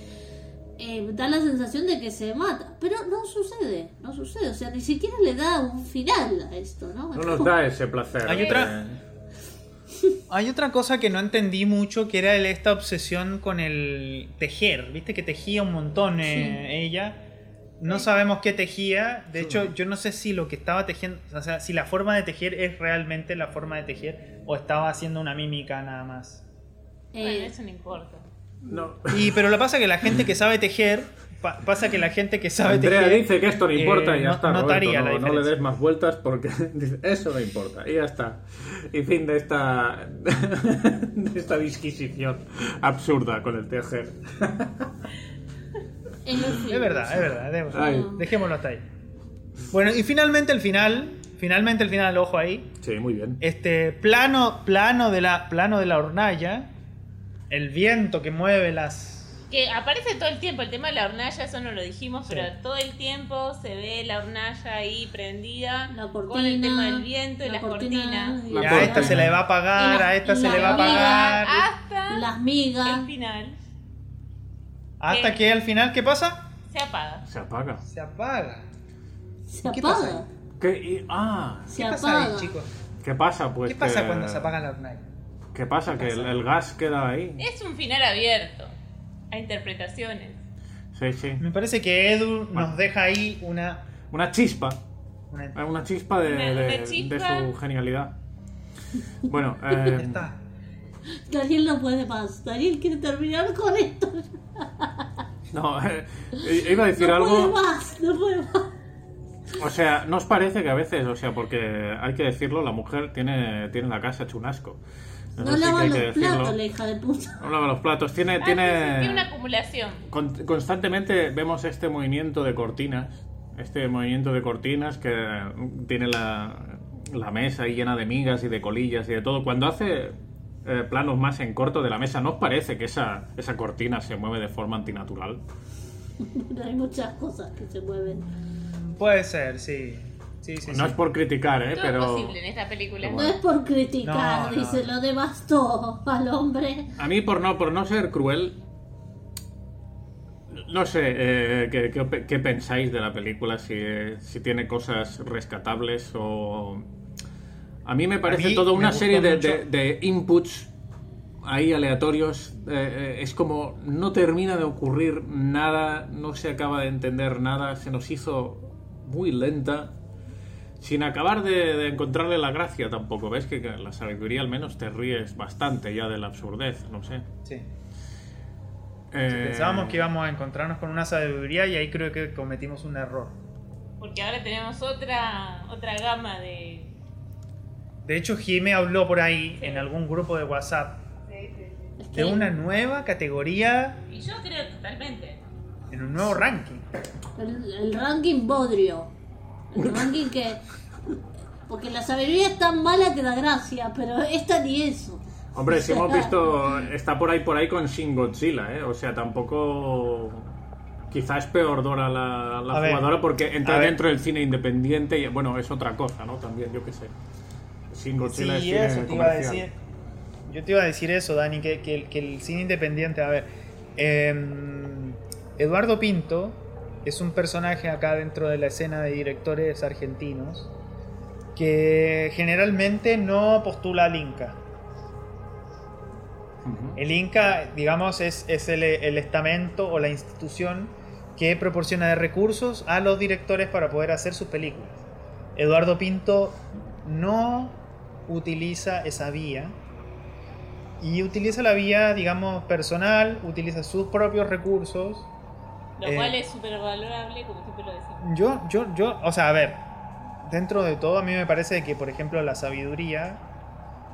eh, da la sensación de que se mata. Pero no sucede, no sucede, o sea, ni siquiera le da un final a esto, ¿no? No nos da ese placer. Hay otra- eh. Hay otra cosa que no entendí mucho, que era el- esta obsesión con el tejer. Viste que tejía un montón eh, Sí. ella. No sabemos qué tejía. De hecho, yo no sé si lo que estaba tejiendo, o sea, si la forma de tejer es realmente la forma de tejer o estaba haciendo una mímica nada más. Bueno, Eh, eso no importa. No. Y pero lo pasa que la gente que sabe tejer, pa- pasa que la gente que sabe Andrea tejer dice que esto no eh, importa y ya no- está. Roberto, notaría no, no la le diferencia. des más vueltas porque dice, eso no importa y ya está. Y fin de esta, de esta disquisición absurda con el tejer. en fin. Es verdad, es verdad. dejemos- Ay. Dejémoslo hasta ahí. Bueno, y finalmente el final, finalmente el final, ojo ahí. Sí, muy bien. Este plano, plano de la, plano de la hornalla, el viento que mueve las. Que aparece todo el tiempo, el tema de la hornalla, eso no lo dijimos, Sí. pero todo el tiempo se ve la hornalla ahí prendida La con el cortina, tema del viento y la las cortina, Ah, cortinas. La y a corte. esta se le va a Y pagar, la- a esta y se la le va a hormiga, pagar, hasta Las el migas. final hasta que al final qué pasa? se apaga. Se apaga. Se apaga. Se ¿Qué pasa apaga. ¿Qué, Y- ah, Se ¿Qué pasa ahí, apaga. chicos? ¿qué pasa? Pues ¿Qué pasa que- cuando se apaga la hornalla? ¿Qué pasa? Que el, el gas queda ahí. Es un final abierto a interpretaciones. Sí, sí. Me parece que Edu Bueno. nos deja ahí una, Una chispa. una- Eh, Una chispa de, Una- de- una chispa. de su genialidad. Bueno, ya eh, está. Daniel no puede más. Daniel quiere terminar con esto. No no, eh, iba a decir puede algo. más. No puede más. O sea, ¿no os parece que a veces, o sea, porque hay que decirlo, la mujer tiene, tiene la casa hecha un asco. Eso No sí que lava hay los que decirlo. platos, la hija de puta. No lava los platos. Tiene, Ah, entonces tiene tiene una acumulación. Eh, Con- constantemente vemos este movimiento de cortinas, este movimiento de cortinas que tiene la, la mesa ahí llena de migas y de colillas y de todo. Cuando hace eh, planos más en corto de la mesa, ¿no os parece que esa, esa cortina se mueve de forma antinatural? Bueno, hay muchas cosas que se mueven. Puede ser, sí. Sí, sí, no sí. es por criticar, ¿eh? Todo es pero posible en esta película. No es por No, criticar, no. dice, lo devastó al hombre. a mí por no, por no ser cruel... No sé eh, ¿qué, qué op- qué pensáis de la película, si, eh, si tiene cosas rescatables o... A mí me parece mí toda me una gustó serie de, mucho. de- de inputs ahí aleatorios. eh, eh, es como no termina de ocurrir nada, no se acaba de entender nada, se nos hizo muy lenta. Sin acabar de, de encontrarle la gracia tampoco, ves que que la sabiduría al menos te ríes bastante ya de la absurdez, no sé. Sí. Eh, Pensábamos que íbamos a encontrarnos con una sabiduría y ahí creo que cometimos un error. Porque ahora tenemos otra, otra gama de. De hecho, Jime habló por ahí en algún grupo de WhatsApp Es de que una nueva categoría Y yo creo totalmente. en un nuevo ranking. el, el ranking bodrio. El ranking que. Porque la sabiduría es tan mala que da gracia, pero esta ni eso. Hombre, si hemos visto, está por ahí por ahí con Shin Godzilla, ¿eh? O sea, tampoco... Quizás es peor Dora la, la A ver, jugadora porque a entra ver. dentro del cine independiente y, bueno, es otra cosa, ¿no? También, yo qué sé. Shin Godzilla Sí, es eso cine te iba a comercial. decir. Yo te iba a decir eso, Dani, que, que el- que el cine independiente, a ver, em, Eduardo Pinto es un personaje acá dentro de la escena de directores argentinos que generalmente no postula al Inca. Ujú. El Inca, digamos, es, es el, el estamento o la institución que proporciona de recursos a los directores para poder hacer sus películas. Eduardo Pinto no utiliza esa vía y utiliza la vía, digamos, personal, utiliza sus propios recursos. Lo Eh. cual es súper valorable, como siempre lo decimos. Yo, yo, yo, o sea, a ver, dentro de todo a mí me parece que, por ejemplo, La Sabiduría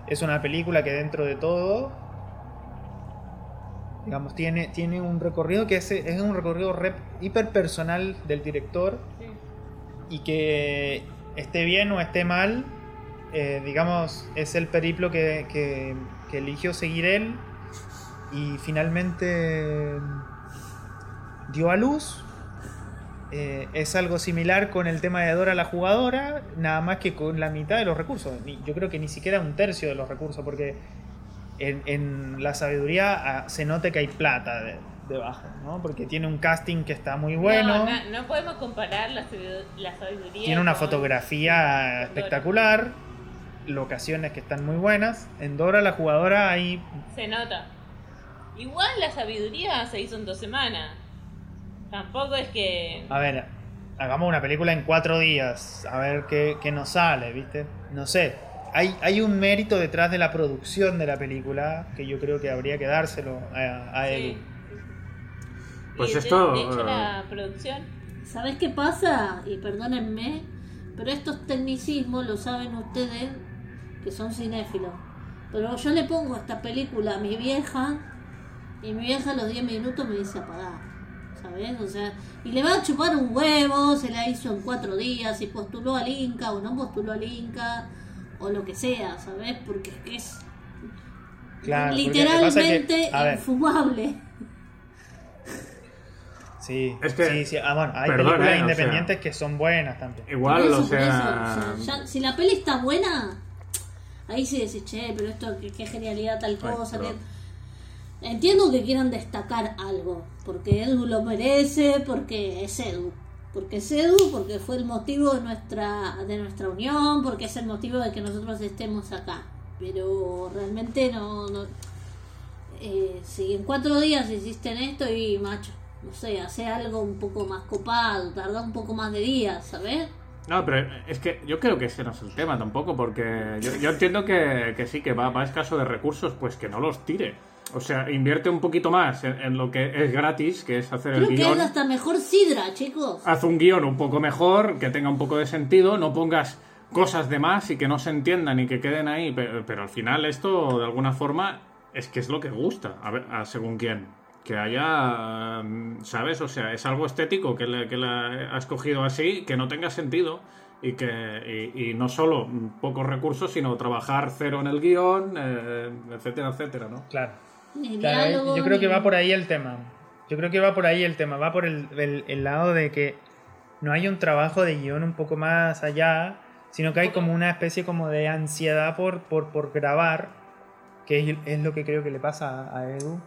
es una película que dentro de todo, digamos, tiene, tiene un recorrido que es, es un recorrido re- hiperpersonal del director Sí. y que esté bien o esté mal, eh, digamos, es el periplo que, que- que eligió seguir él y finalmente dio a luz. Eh, es algo similar con el tema de Dora la jugadora, nada más que con la mitad de los recursos. Ni- Yo creo que ni siquiera un tercio de los recursos, porque en, en la sabiduría ah, se nota que hay plata de- debajo, ¿no? Porque tiene un casting que está muy bueno. No, no, no podemos comparar la, sabidu- la sabiduría. Tiene una con- fotografía con Dora. espectacular, locaciones que están muy buenas. En Dora la jugadora hay... Se nota. Igual la sabiduría se hizo en dos semanas. Tampoco es que. A ver, hagamos una película en cuatro días, a ver qué, qué nos sale, ¿viste? No sé. Hay, hay un mérito detrás de la producción de la película que yo creo que habría que dárselo a, a Edu. Sí. Pues Y de- esto, De hecho, eh, la producción. ¿Sabes qué pasa? Y perdónenme, pero estos tecnicismos lo saben ustedes que son cinéfilos. Pero yo le pongo esta película a mi vieja y mi vieja a los 10 minutos me dice apagar. ¿Sabes? O sea, y le va a chupar un huevo, se la hizo en cuatro días, y postuló al Inca o no postuló al Inca o lo que sea, ¿sabes? Porque es que es Claro, porque lo que pasa es que- literalmente a ver, infumable. sí, Es que- sí, sí. Ah, bueno, hay perdón, películas eh, o independientes que son buenas también. igual, Por eso, o por sea, eso. O sea, ya- si la peli está buena, ahí sí decís, che, pero esto, qué, qué genialidad tal Ay, cosa. perdón. que- Entiendo que quieran destacar algo, porque Edu lo merece, porque es Edu. Porque es Edu, porque fue el motivo de nuestra, de nuestra unión, porque es el motivo de que nosotros estemos acá. Pero realmente no... no eh, si en cuatro días hiciste esto y macho, no sé, hace algo un poco más copado, tarda un poco más de días, ¿sabes? No, pero es que yo creo que ese no es el tema tampoco, porque yo, yo entiendo que, que sí, que va, va escaso de recursos, pues que no los tire. O sea, invierte un poquito más en, en lo que es gratis, que es hacer Creo el que guión. es hasta mejor sidra, chicos. Ah, Haz un guión un poco mejor, que tenga un poco de sentido, no pongas cosas de más y que no se entiendan y que queden ahí. pe- Pero, al final esto, de alguna forma, es que es lo que gusta, a ver, a según quién. Que haya, mm, ¿sabes? O sea, es algo estético que la, que la has cogido así, que no tenga sentido y que y, y no solo mm, pocos recursos, sino trabajar cero en el guión, eh, etcétera, etcétera, ¿no? Claro. Ni Claro, eh, diálogo, yo creo que ni- va por ahí el tema. Yo creo que va por ahí el tema. Va por el, el- el lado de que no hay un trabajo de guión un poco más allá, sino que hay como una especie como de ansiedad por, por, por grabar, que es, es lo que creo que le pasa a, a Edu.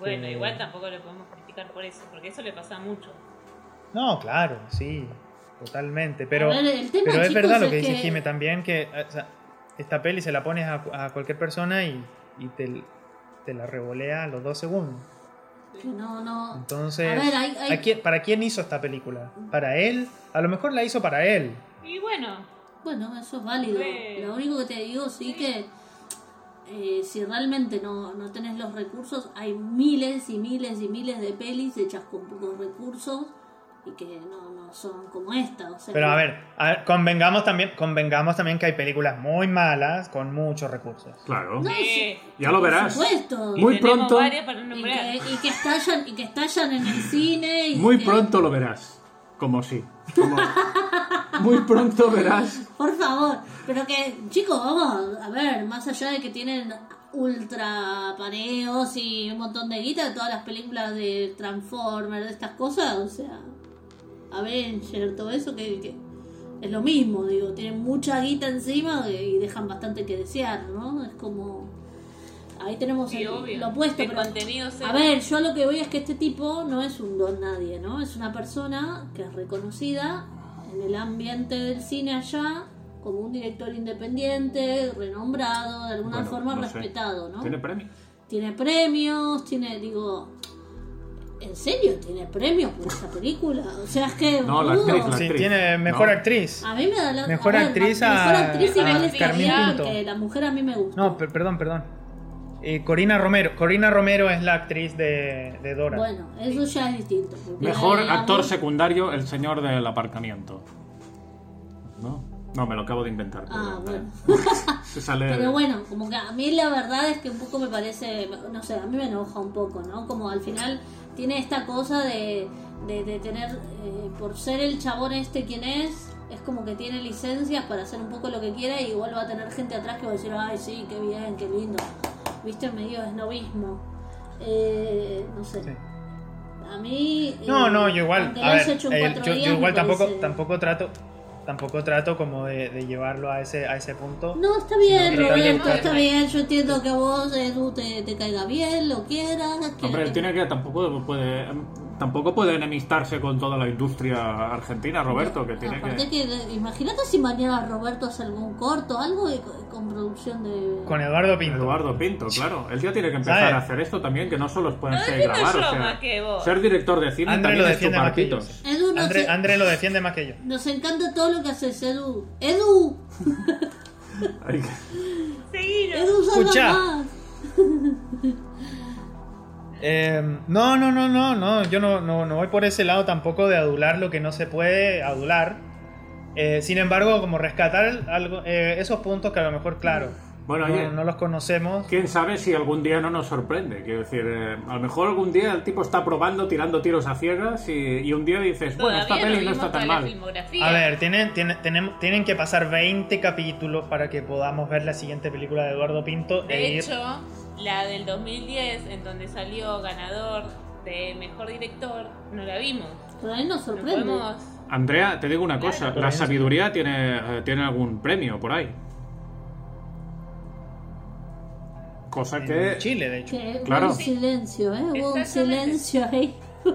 Bueno, Sí. igual tampoco lo podemos criticar por eso, porque eso le pasa mucho. No, claro, sí, totalmente. Pero, A ver, el tema, pero es chicos, verdad lo es que dice que- Jime también, que o sea, esta peli se la pones a, a cualquier persona y, y te, te la revolea a los dos segundos. que no, no. Entonces, A ver, hay- hay- ¿a quién- ¿para quién hizo esta película? ¿Para él? A lo mejor la hizo para él. Y bueno, Bueno, eso es válido. Sí. Lo único que te digo, sí que eh, si realmente no, no tenés los recursos, hay miles y miles y miles de pelis hechas con pocos recursos y que no, no son como esta. O sea, Pero a ver, a ver, convengamos, también, convengamos también que hay películas muy malas con muchos recursos. Claro. No, eh, ya lo por verás. supuesto. Muy y tenemos pronto. varias para Y nombrar. que, y que estallan, y que estallan en el cine. Y Muy que- pronto lo verás. Como sí. Como- Muy pronto verás. Por favor, pero que, chicos, vamos, a ver, más allá de que tienen ultra paneos y un montón de guita, todas las películas de Transformers, de estas cosas, o sea, Avenger, todo eso, que, que es lo mismo, digo, tienen mucha guita encima y dejan bastante que desear, ¿no? Es como. Ahí tenemos Sí, el- obvio. lo opuesto, El pero. contenido cero. A ver, yo lo que voy es que este tipo no es un don nadie, ¿no? Es una persona que es reconocida en el ambiente del cine allá como un director independiente, renombrado, de alguna Bueno, forma no sé. respetado, ¿no? Tiene premio. Tiene premios, tiene, digo, ¿en serio tiene premios por esta película? O sea, es que... No, la boludo, actriz, la Sí, actriz. tiene mejor No. actriz. A mí me da la... Mejor a ver, actriz ma- a- Mejor actriz a igual es Carmín genial, Pinto. que la mujer a mí me gusta. No, per- perdón, perdón. Eh, Corina Romero. Corina Romero es la actriz de, de Dora. Bueno, eso ya es distinto. porque Mejor la- la- actor secundario, el señor del aparcamiento. No, no me lo acabo de inventar. Ah, perdón. bueno. Se sale. Pero bueno, como que a mí la verdad es que un poco me parece, no sé, a mí me enoja un poco, ¿no? Como al final tiene esta cosa de, de, de tener, eh, por ser el chabón este quien es, es como que tiene licencias para hacer un poco lo que quiera y igual va a tener gente atrás que va a decir, ay, sí, qué bien, qué lindo. Viste, medio esnovismo. Eh, no sé. Sí. A mí... No, eh, no, yo igual. aunque lo A ver, hayas hecho en eh, cuatro yo, yo días, me igual tampoco, parece- tampoco trato, tampoco trato como de, de llevarlo a ese, a ese punto. No, está bien, Sí, no, Roberto, también. está bien. Yo entiendo que a vos, Edu, te, te caiga bien, lo quieras. que- Hombre, tiene que tampoco puede em, tampoco puede enemistarse con toda la industria argentina, Roberto, que tiene Aparte que. que... eh, imagínate si mañana Roberto hace algún corto, algo de- con producción de... Con Eduardo Pinto. Eduardo Pinto, claro. Él ya tiene que empezar ¿Sabe? a hacer esto también, que no solo es No ponerse a defiendo grabar, o yo sea, más que vos. ser director de cine André también lo es defiende chupar más que yo, pitos. Edu no nos, André, en- André lo defiende más que yo. nos encanta todo lo que haces, Edu. Edu, Ay, Seguiros. Edu, salva Escuchá. más. Eh, no, no, no, no, no. Yo no, no, no voy por ese lado tampoco de adular lo que no se puede adular. Eh, sin embargo, como rescatar algo, eh, esos puntos que a lo mejor, claro, Bueno, no, oye. no los conocemos. Quién sabe si algún día no nos sorprende. Quiero decir, eh, a lo mejor algún día el tipo está probando, tirando tiros a ciegas y, y un día dices, bueno, esta Todavía no peli no vimos está toda tan la mal. filmografía. A ver, tienen, tienen, tenemos- tienen que pasar 20 capítulos para que podamos ver la siguiente película de Eduardo Pinto. e De ir- hecho, la del 2010, en donde salió ganador de mejor director, no la vimos. Por ahí nos No sorprende. podemos. Andrea, te digo una cosa, Claro. la sabiduría tiene, eh, tiene algún premio por ahí. Cosa en que... Chile, de hecho. Que Claro. hubo un silencio, ¿eh? Hubo un Exactamente. silencio ahí.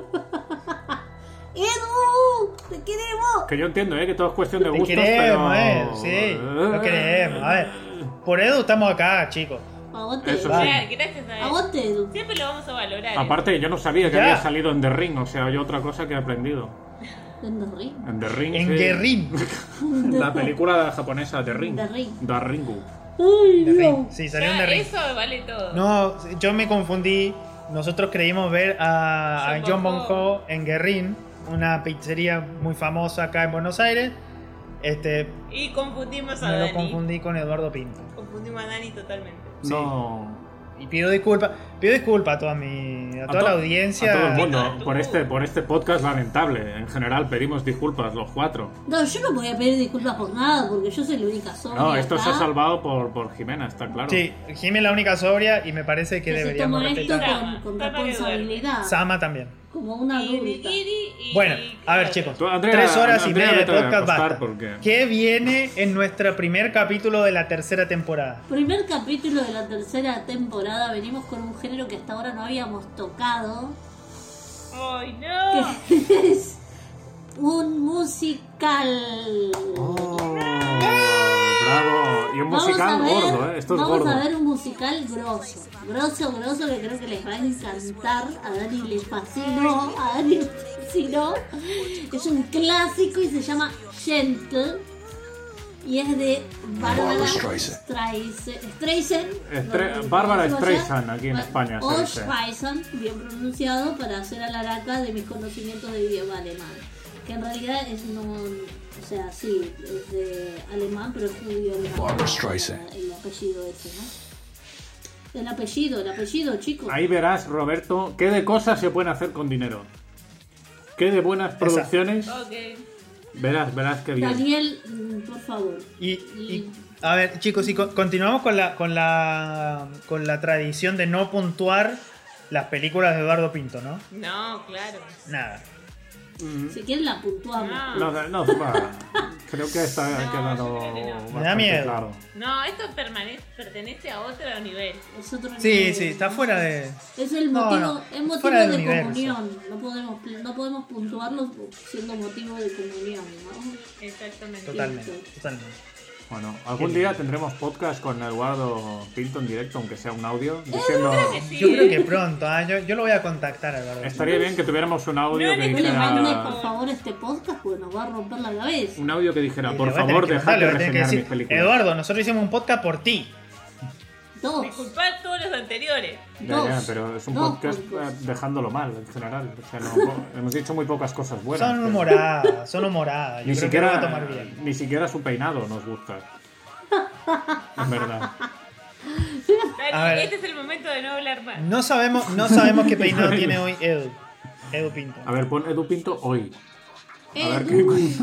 ¡Edu! ¡Te queremos! Que yo entiendo, ¿eh? Que todo es cuestión de Te gustos, queremos, pero... eh, sí, lo queremos. A ver, por Edu estamos acá, chicos. Agote. Eso Vale. Claro, gracias a él. Agote, Edu. Siempre lo vamos a valorar. Aparte, yo no sabía que Ya. había salido en The Ring, o sea, hay otra cosa que he aprendido. En The Ring. En The Ring... En sí. Guerrín. La película japonesa The Ring. The Ring. The Ringu. ¡Ay, Guerrín. no! Sí, Ya salió en Guerrín. eso vale todo. No, yo me confundí. Nosotros creímos ver a, a John John Bon Bon Ho en Guerrín, una pizzería muy famosa acá en Buenos Aires. Este, Y confundimos a me lo Dani. confundí con Eduardo Pinto. Confundimos a Dani totalmente. Sí. No... Y pido disculpas, pido disculpas a toda mi, a toda to- la audiencia. A todo el A mundo. todo. Por este, por este podcast lamentable. En general pedimos disculpas los cuatro. No, yo no podía pedir disculpas por nada porque yo soy la única sombra. No, esto se ha salvado por, por Jimena, está claro. Sí, Jimmy es la única sobria y me parece que Que se deberíamos tomó esto respetar. con, con Sama, Sama que responsabilidad. Sama también. Como una Y adulta. Nigiri y- Bueno, a ver claro. chicos, Tú, Andrea, tres horas y Andrea, media de vete a podcast acostar basta. porque- ¿Qué viene en nuestro primer capítulo de la tercera temporada? Primer capítulo de la tercera temporada. Venimos con un género que hasta ahora no habíamos tocado. ¡Ay, no! que es un musical. Oh, ¡Eh! bravo. Y un musical gordo, ¿eh? Esto es vamos gordo. a ver un musical grosso, grosso, grosso que creo que les va a encantar. A Dani les fascinó, a Dani les fascinó. Es un clásico y se llama Gentle. Y es de Bárbara Streisand. Streisand. Estre- no, no, Bárbara no, no, Streisand, aquí en Ba- España se O dice. Streisand, bien pronunciado, para hacer a la lata de mis conocimientos de idioma alemán. Que en realidad es no. O sea, sí, es de alemán, pero es judío alemán. Streisand. El apellido ese, ¿no? El apellido, el apellido, chicos. Ahí verás, Roberto, qué de cosas se pueden hacer con dinero. Qué de buenas producciones. Ok. Verás, verás qué bien. Daniel, mm, por favor. Y, y- a ver, chicos, si co- continuamos con la, con la con la tradición de no puntuar las películas de Eduardo Pinto, ¿no? No, claro. Nada. Si quieren la puntuamos. No. Mm. No, no, va. creo que está No, quedando yo creo que no. Me da bastante miedo. claro. No, esto permane- pertenece a otro nivel. Es otro Sí, nivel. sí, está fuera de. Es el No, motivo, no, es motivo fuera del de universo. comunión. No podemos, no podemos puntuarlo siendo motivo de comunión, ¿no? Exactamente. Totalmente, totalmente. Bueno, algún día tendremos podcast con Eduardo Pinto en directo, aunque sea un audio, diciendo... Sí. Yo creo que pronto, ah, yo, yo lo voy a contactar a Eduardo. Pinto. Estaría bien que tuviéramos un audio No que le No le mande, dijera... por favor, este podcast porque nos va a romper la cabeza. Un audio que dijera, Le por voy a tener favor, que deja mandar, le de voy a tener que reseñar mis decir, películas. Eduardo, nosotros hicimos un podcast por ti. Dos. Disculpad todos los anteriores. Ya, ya, Dos. pero es un Dos podcast podcasts. eh, dejándolo mal en general. O sea, no, po- hemos dicho muy pocas cosas buenas. son pero humoradas, son humoradas. Yo Ni creo que lo voy a siquiera, tomar bien. ni siquiera su peinado nos gusta. En verdad. Dani, A ver. este es el momento de no hablar más. No sabemos, no sabemos qué peinado tiene hoy Edu. Edu Pinto. A ver, pon Edu Pinto hoy. A ver Edu. qué-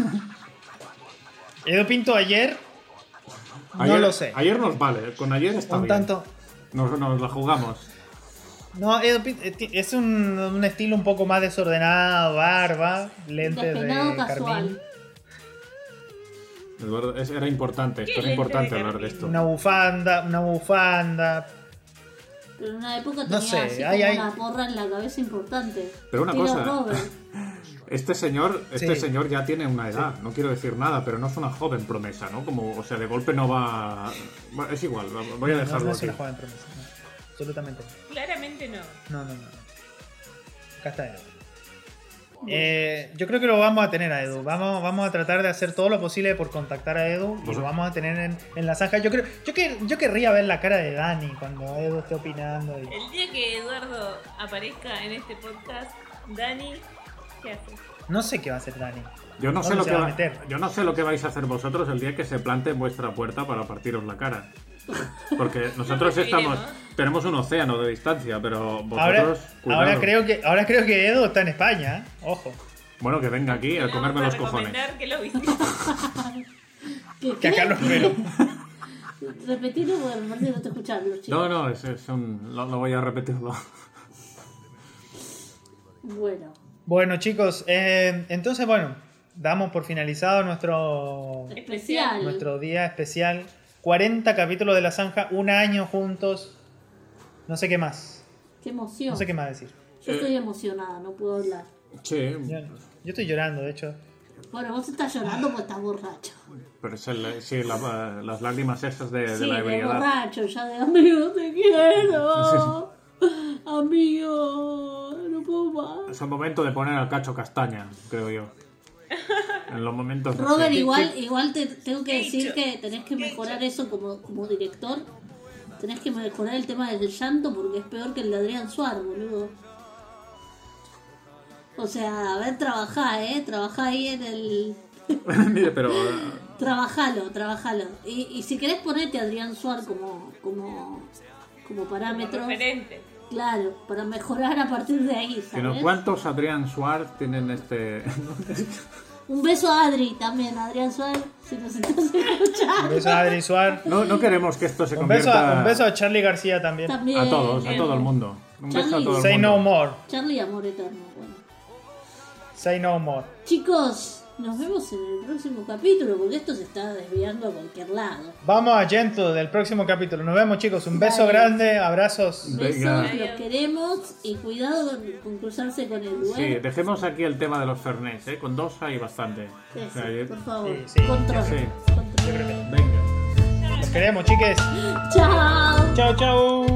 Edu Pinto ayer, no Ayer- lo sé. Ayer nos vale, con ayer está un bien. tanto. Nos, nos la jugamos. No, Edu Pinto eh, ti- es un, un estilo un poco más desordenado, barba, lentes de Despeinado carmín, casual. Eduardo, es- era importante, ¿Qué esto era lente importante de hablar de Garmin? esto. una bufanda, una bufanda. Pero en una época No tenía sé, así hay- como hay- una porra en la cabeza importante. Pero una Tira cosa. Robert. Este señor, este Sí. señor ya tiene una edad, no quiero decir nada, pero no es una joven promesa, ¿no? Como, o sea, de golpe no va. va- Es igual, va- voy a No, no, dejarlo no es aquí. una joven promesa. no, absolutamente. Claramente no. No, no, no. Acá está Edu. Eh, yo creo que lo vamos a tener a Edu. Vamos, vamos a tratar de hacer todo lo posible por contactar a Edu y lo vamos a tener en, en la zanja. Yo creo, yo que, yo querría ver la cara de Dani cuando Edu esté opinando. y- El día que Eduardo aparezca en este podcast, Dani, ¿qué hace? No sé qué va a hacer Dani. Yo no, sé ¿Dónde lo se que va a va- meter? yo no sé lo que vais a hacer vosotros el día que se plante en vuestra puerta para partiros la cara. Porque nosotros No, estamos. iremos. Tenemos un océano de distancia, pero vosotros. Ahora, cuidado. ahora creo que, ahora creo que Edu está en España. ¿eh? Ojo. Bueno, que venga aquí a Le comerme los vamos a cojones. recomendar que lo visite. ¿Qué, Que acá los veo. Repetirlo porque me parece que no te escucharon los chicos. No, no, es, es un- lo, lo voy a repetirlo. Bueno, Bueno, chicos, eh, entonces, bueno, damos por finalizado nuestro, especial. nuestro día especial. 40 capítulos de La Zanja, un año juntos. No sé qué más. Qué emoción. No sé qué más decir. Yo estoy Eh. emocionada, no puedo hablar. Sí, Yo, yo estoy llorando, de hecho. Bueno, vos estás llorando porque estás borracho. pero es el- sí, la- eh, las lágrimas estas de, de Sí, la de ebriedad. borracho, ya de amigo, te quiero. Amigo, no puedo más. Es el momento de poner al cacho castaña, creo yo. En los momentos. Robert, así. igual, igual te tengo que decir que tenés que mejorar eso como, como director. Tenés que mejorar el tema del llanto porque es peor que el de Adrián Suar, boludo. O sea, a ver, trabajá, eh. Trabajá ahí en el. Mire, pero. eh, Trabajalo, trabajalo. Y, y si querés ponerte a Adrián Suar como, como, como parámetro, Referente. claro, para mejorar a partir de ahí, Sino, ¿sabes? ¿Cuántos Adrián Suárez tienen este.? Un beso a Adri también, Adrián Suárez, si nos estás Un escuchando. beso a Adri Suar. No, no queremos que esto se Un beso, a, convierta un beso a Charlie García también. También. a todos, a todo el mundo. Un beso a todo el Say no mundo. more. Charlie, amor eterno. Bueno. Say no more. Chicos, nos vemos en el próximo capítulo porque esto se está desviando a cualquier lado. Vamos a Gento del próximo capítulo. Nos vemos, chicos. Un beso Bye. grande. Abrazos. Venga. Besos, los queremos y cuidado con, con cruzarse con el Sí, lugar. dejemos aquí el tema de los Fernés, ¿eh? Con dos hay bastante. O sea, eh, por favor, Sí, sí, control. sí. control. Venga. Los queremos, chiques. Chao. Chao, chao.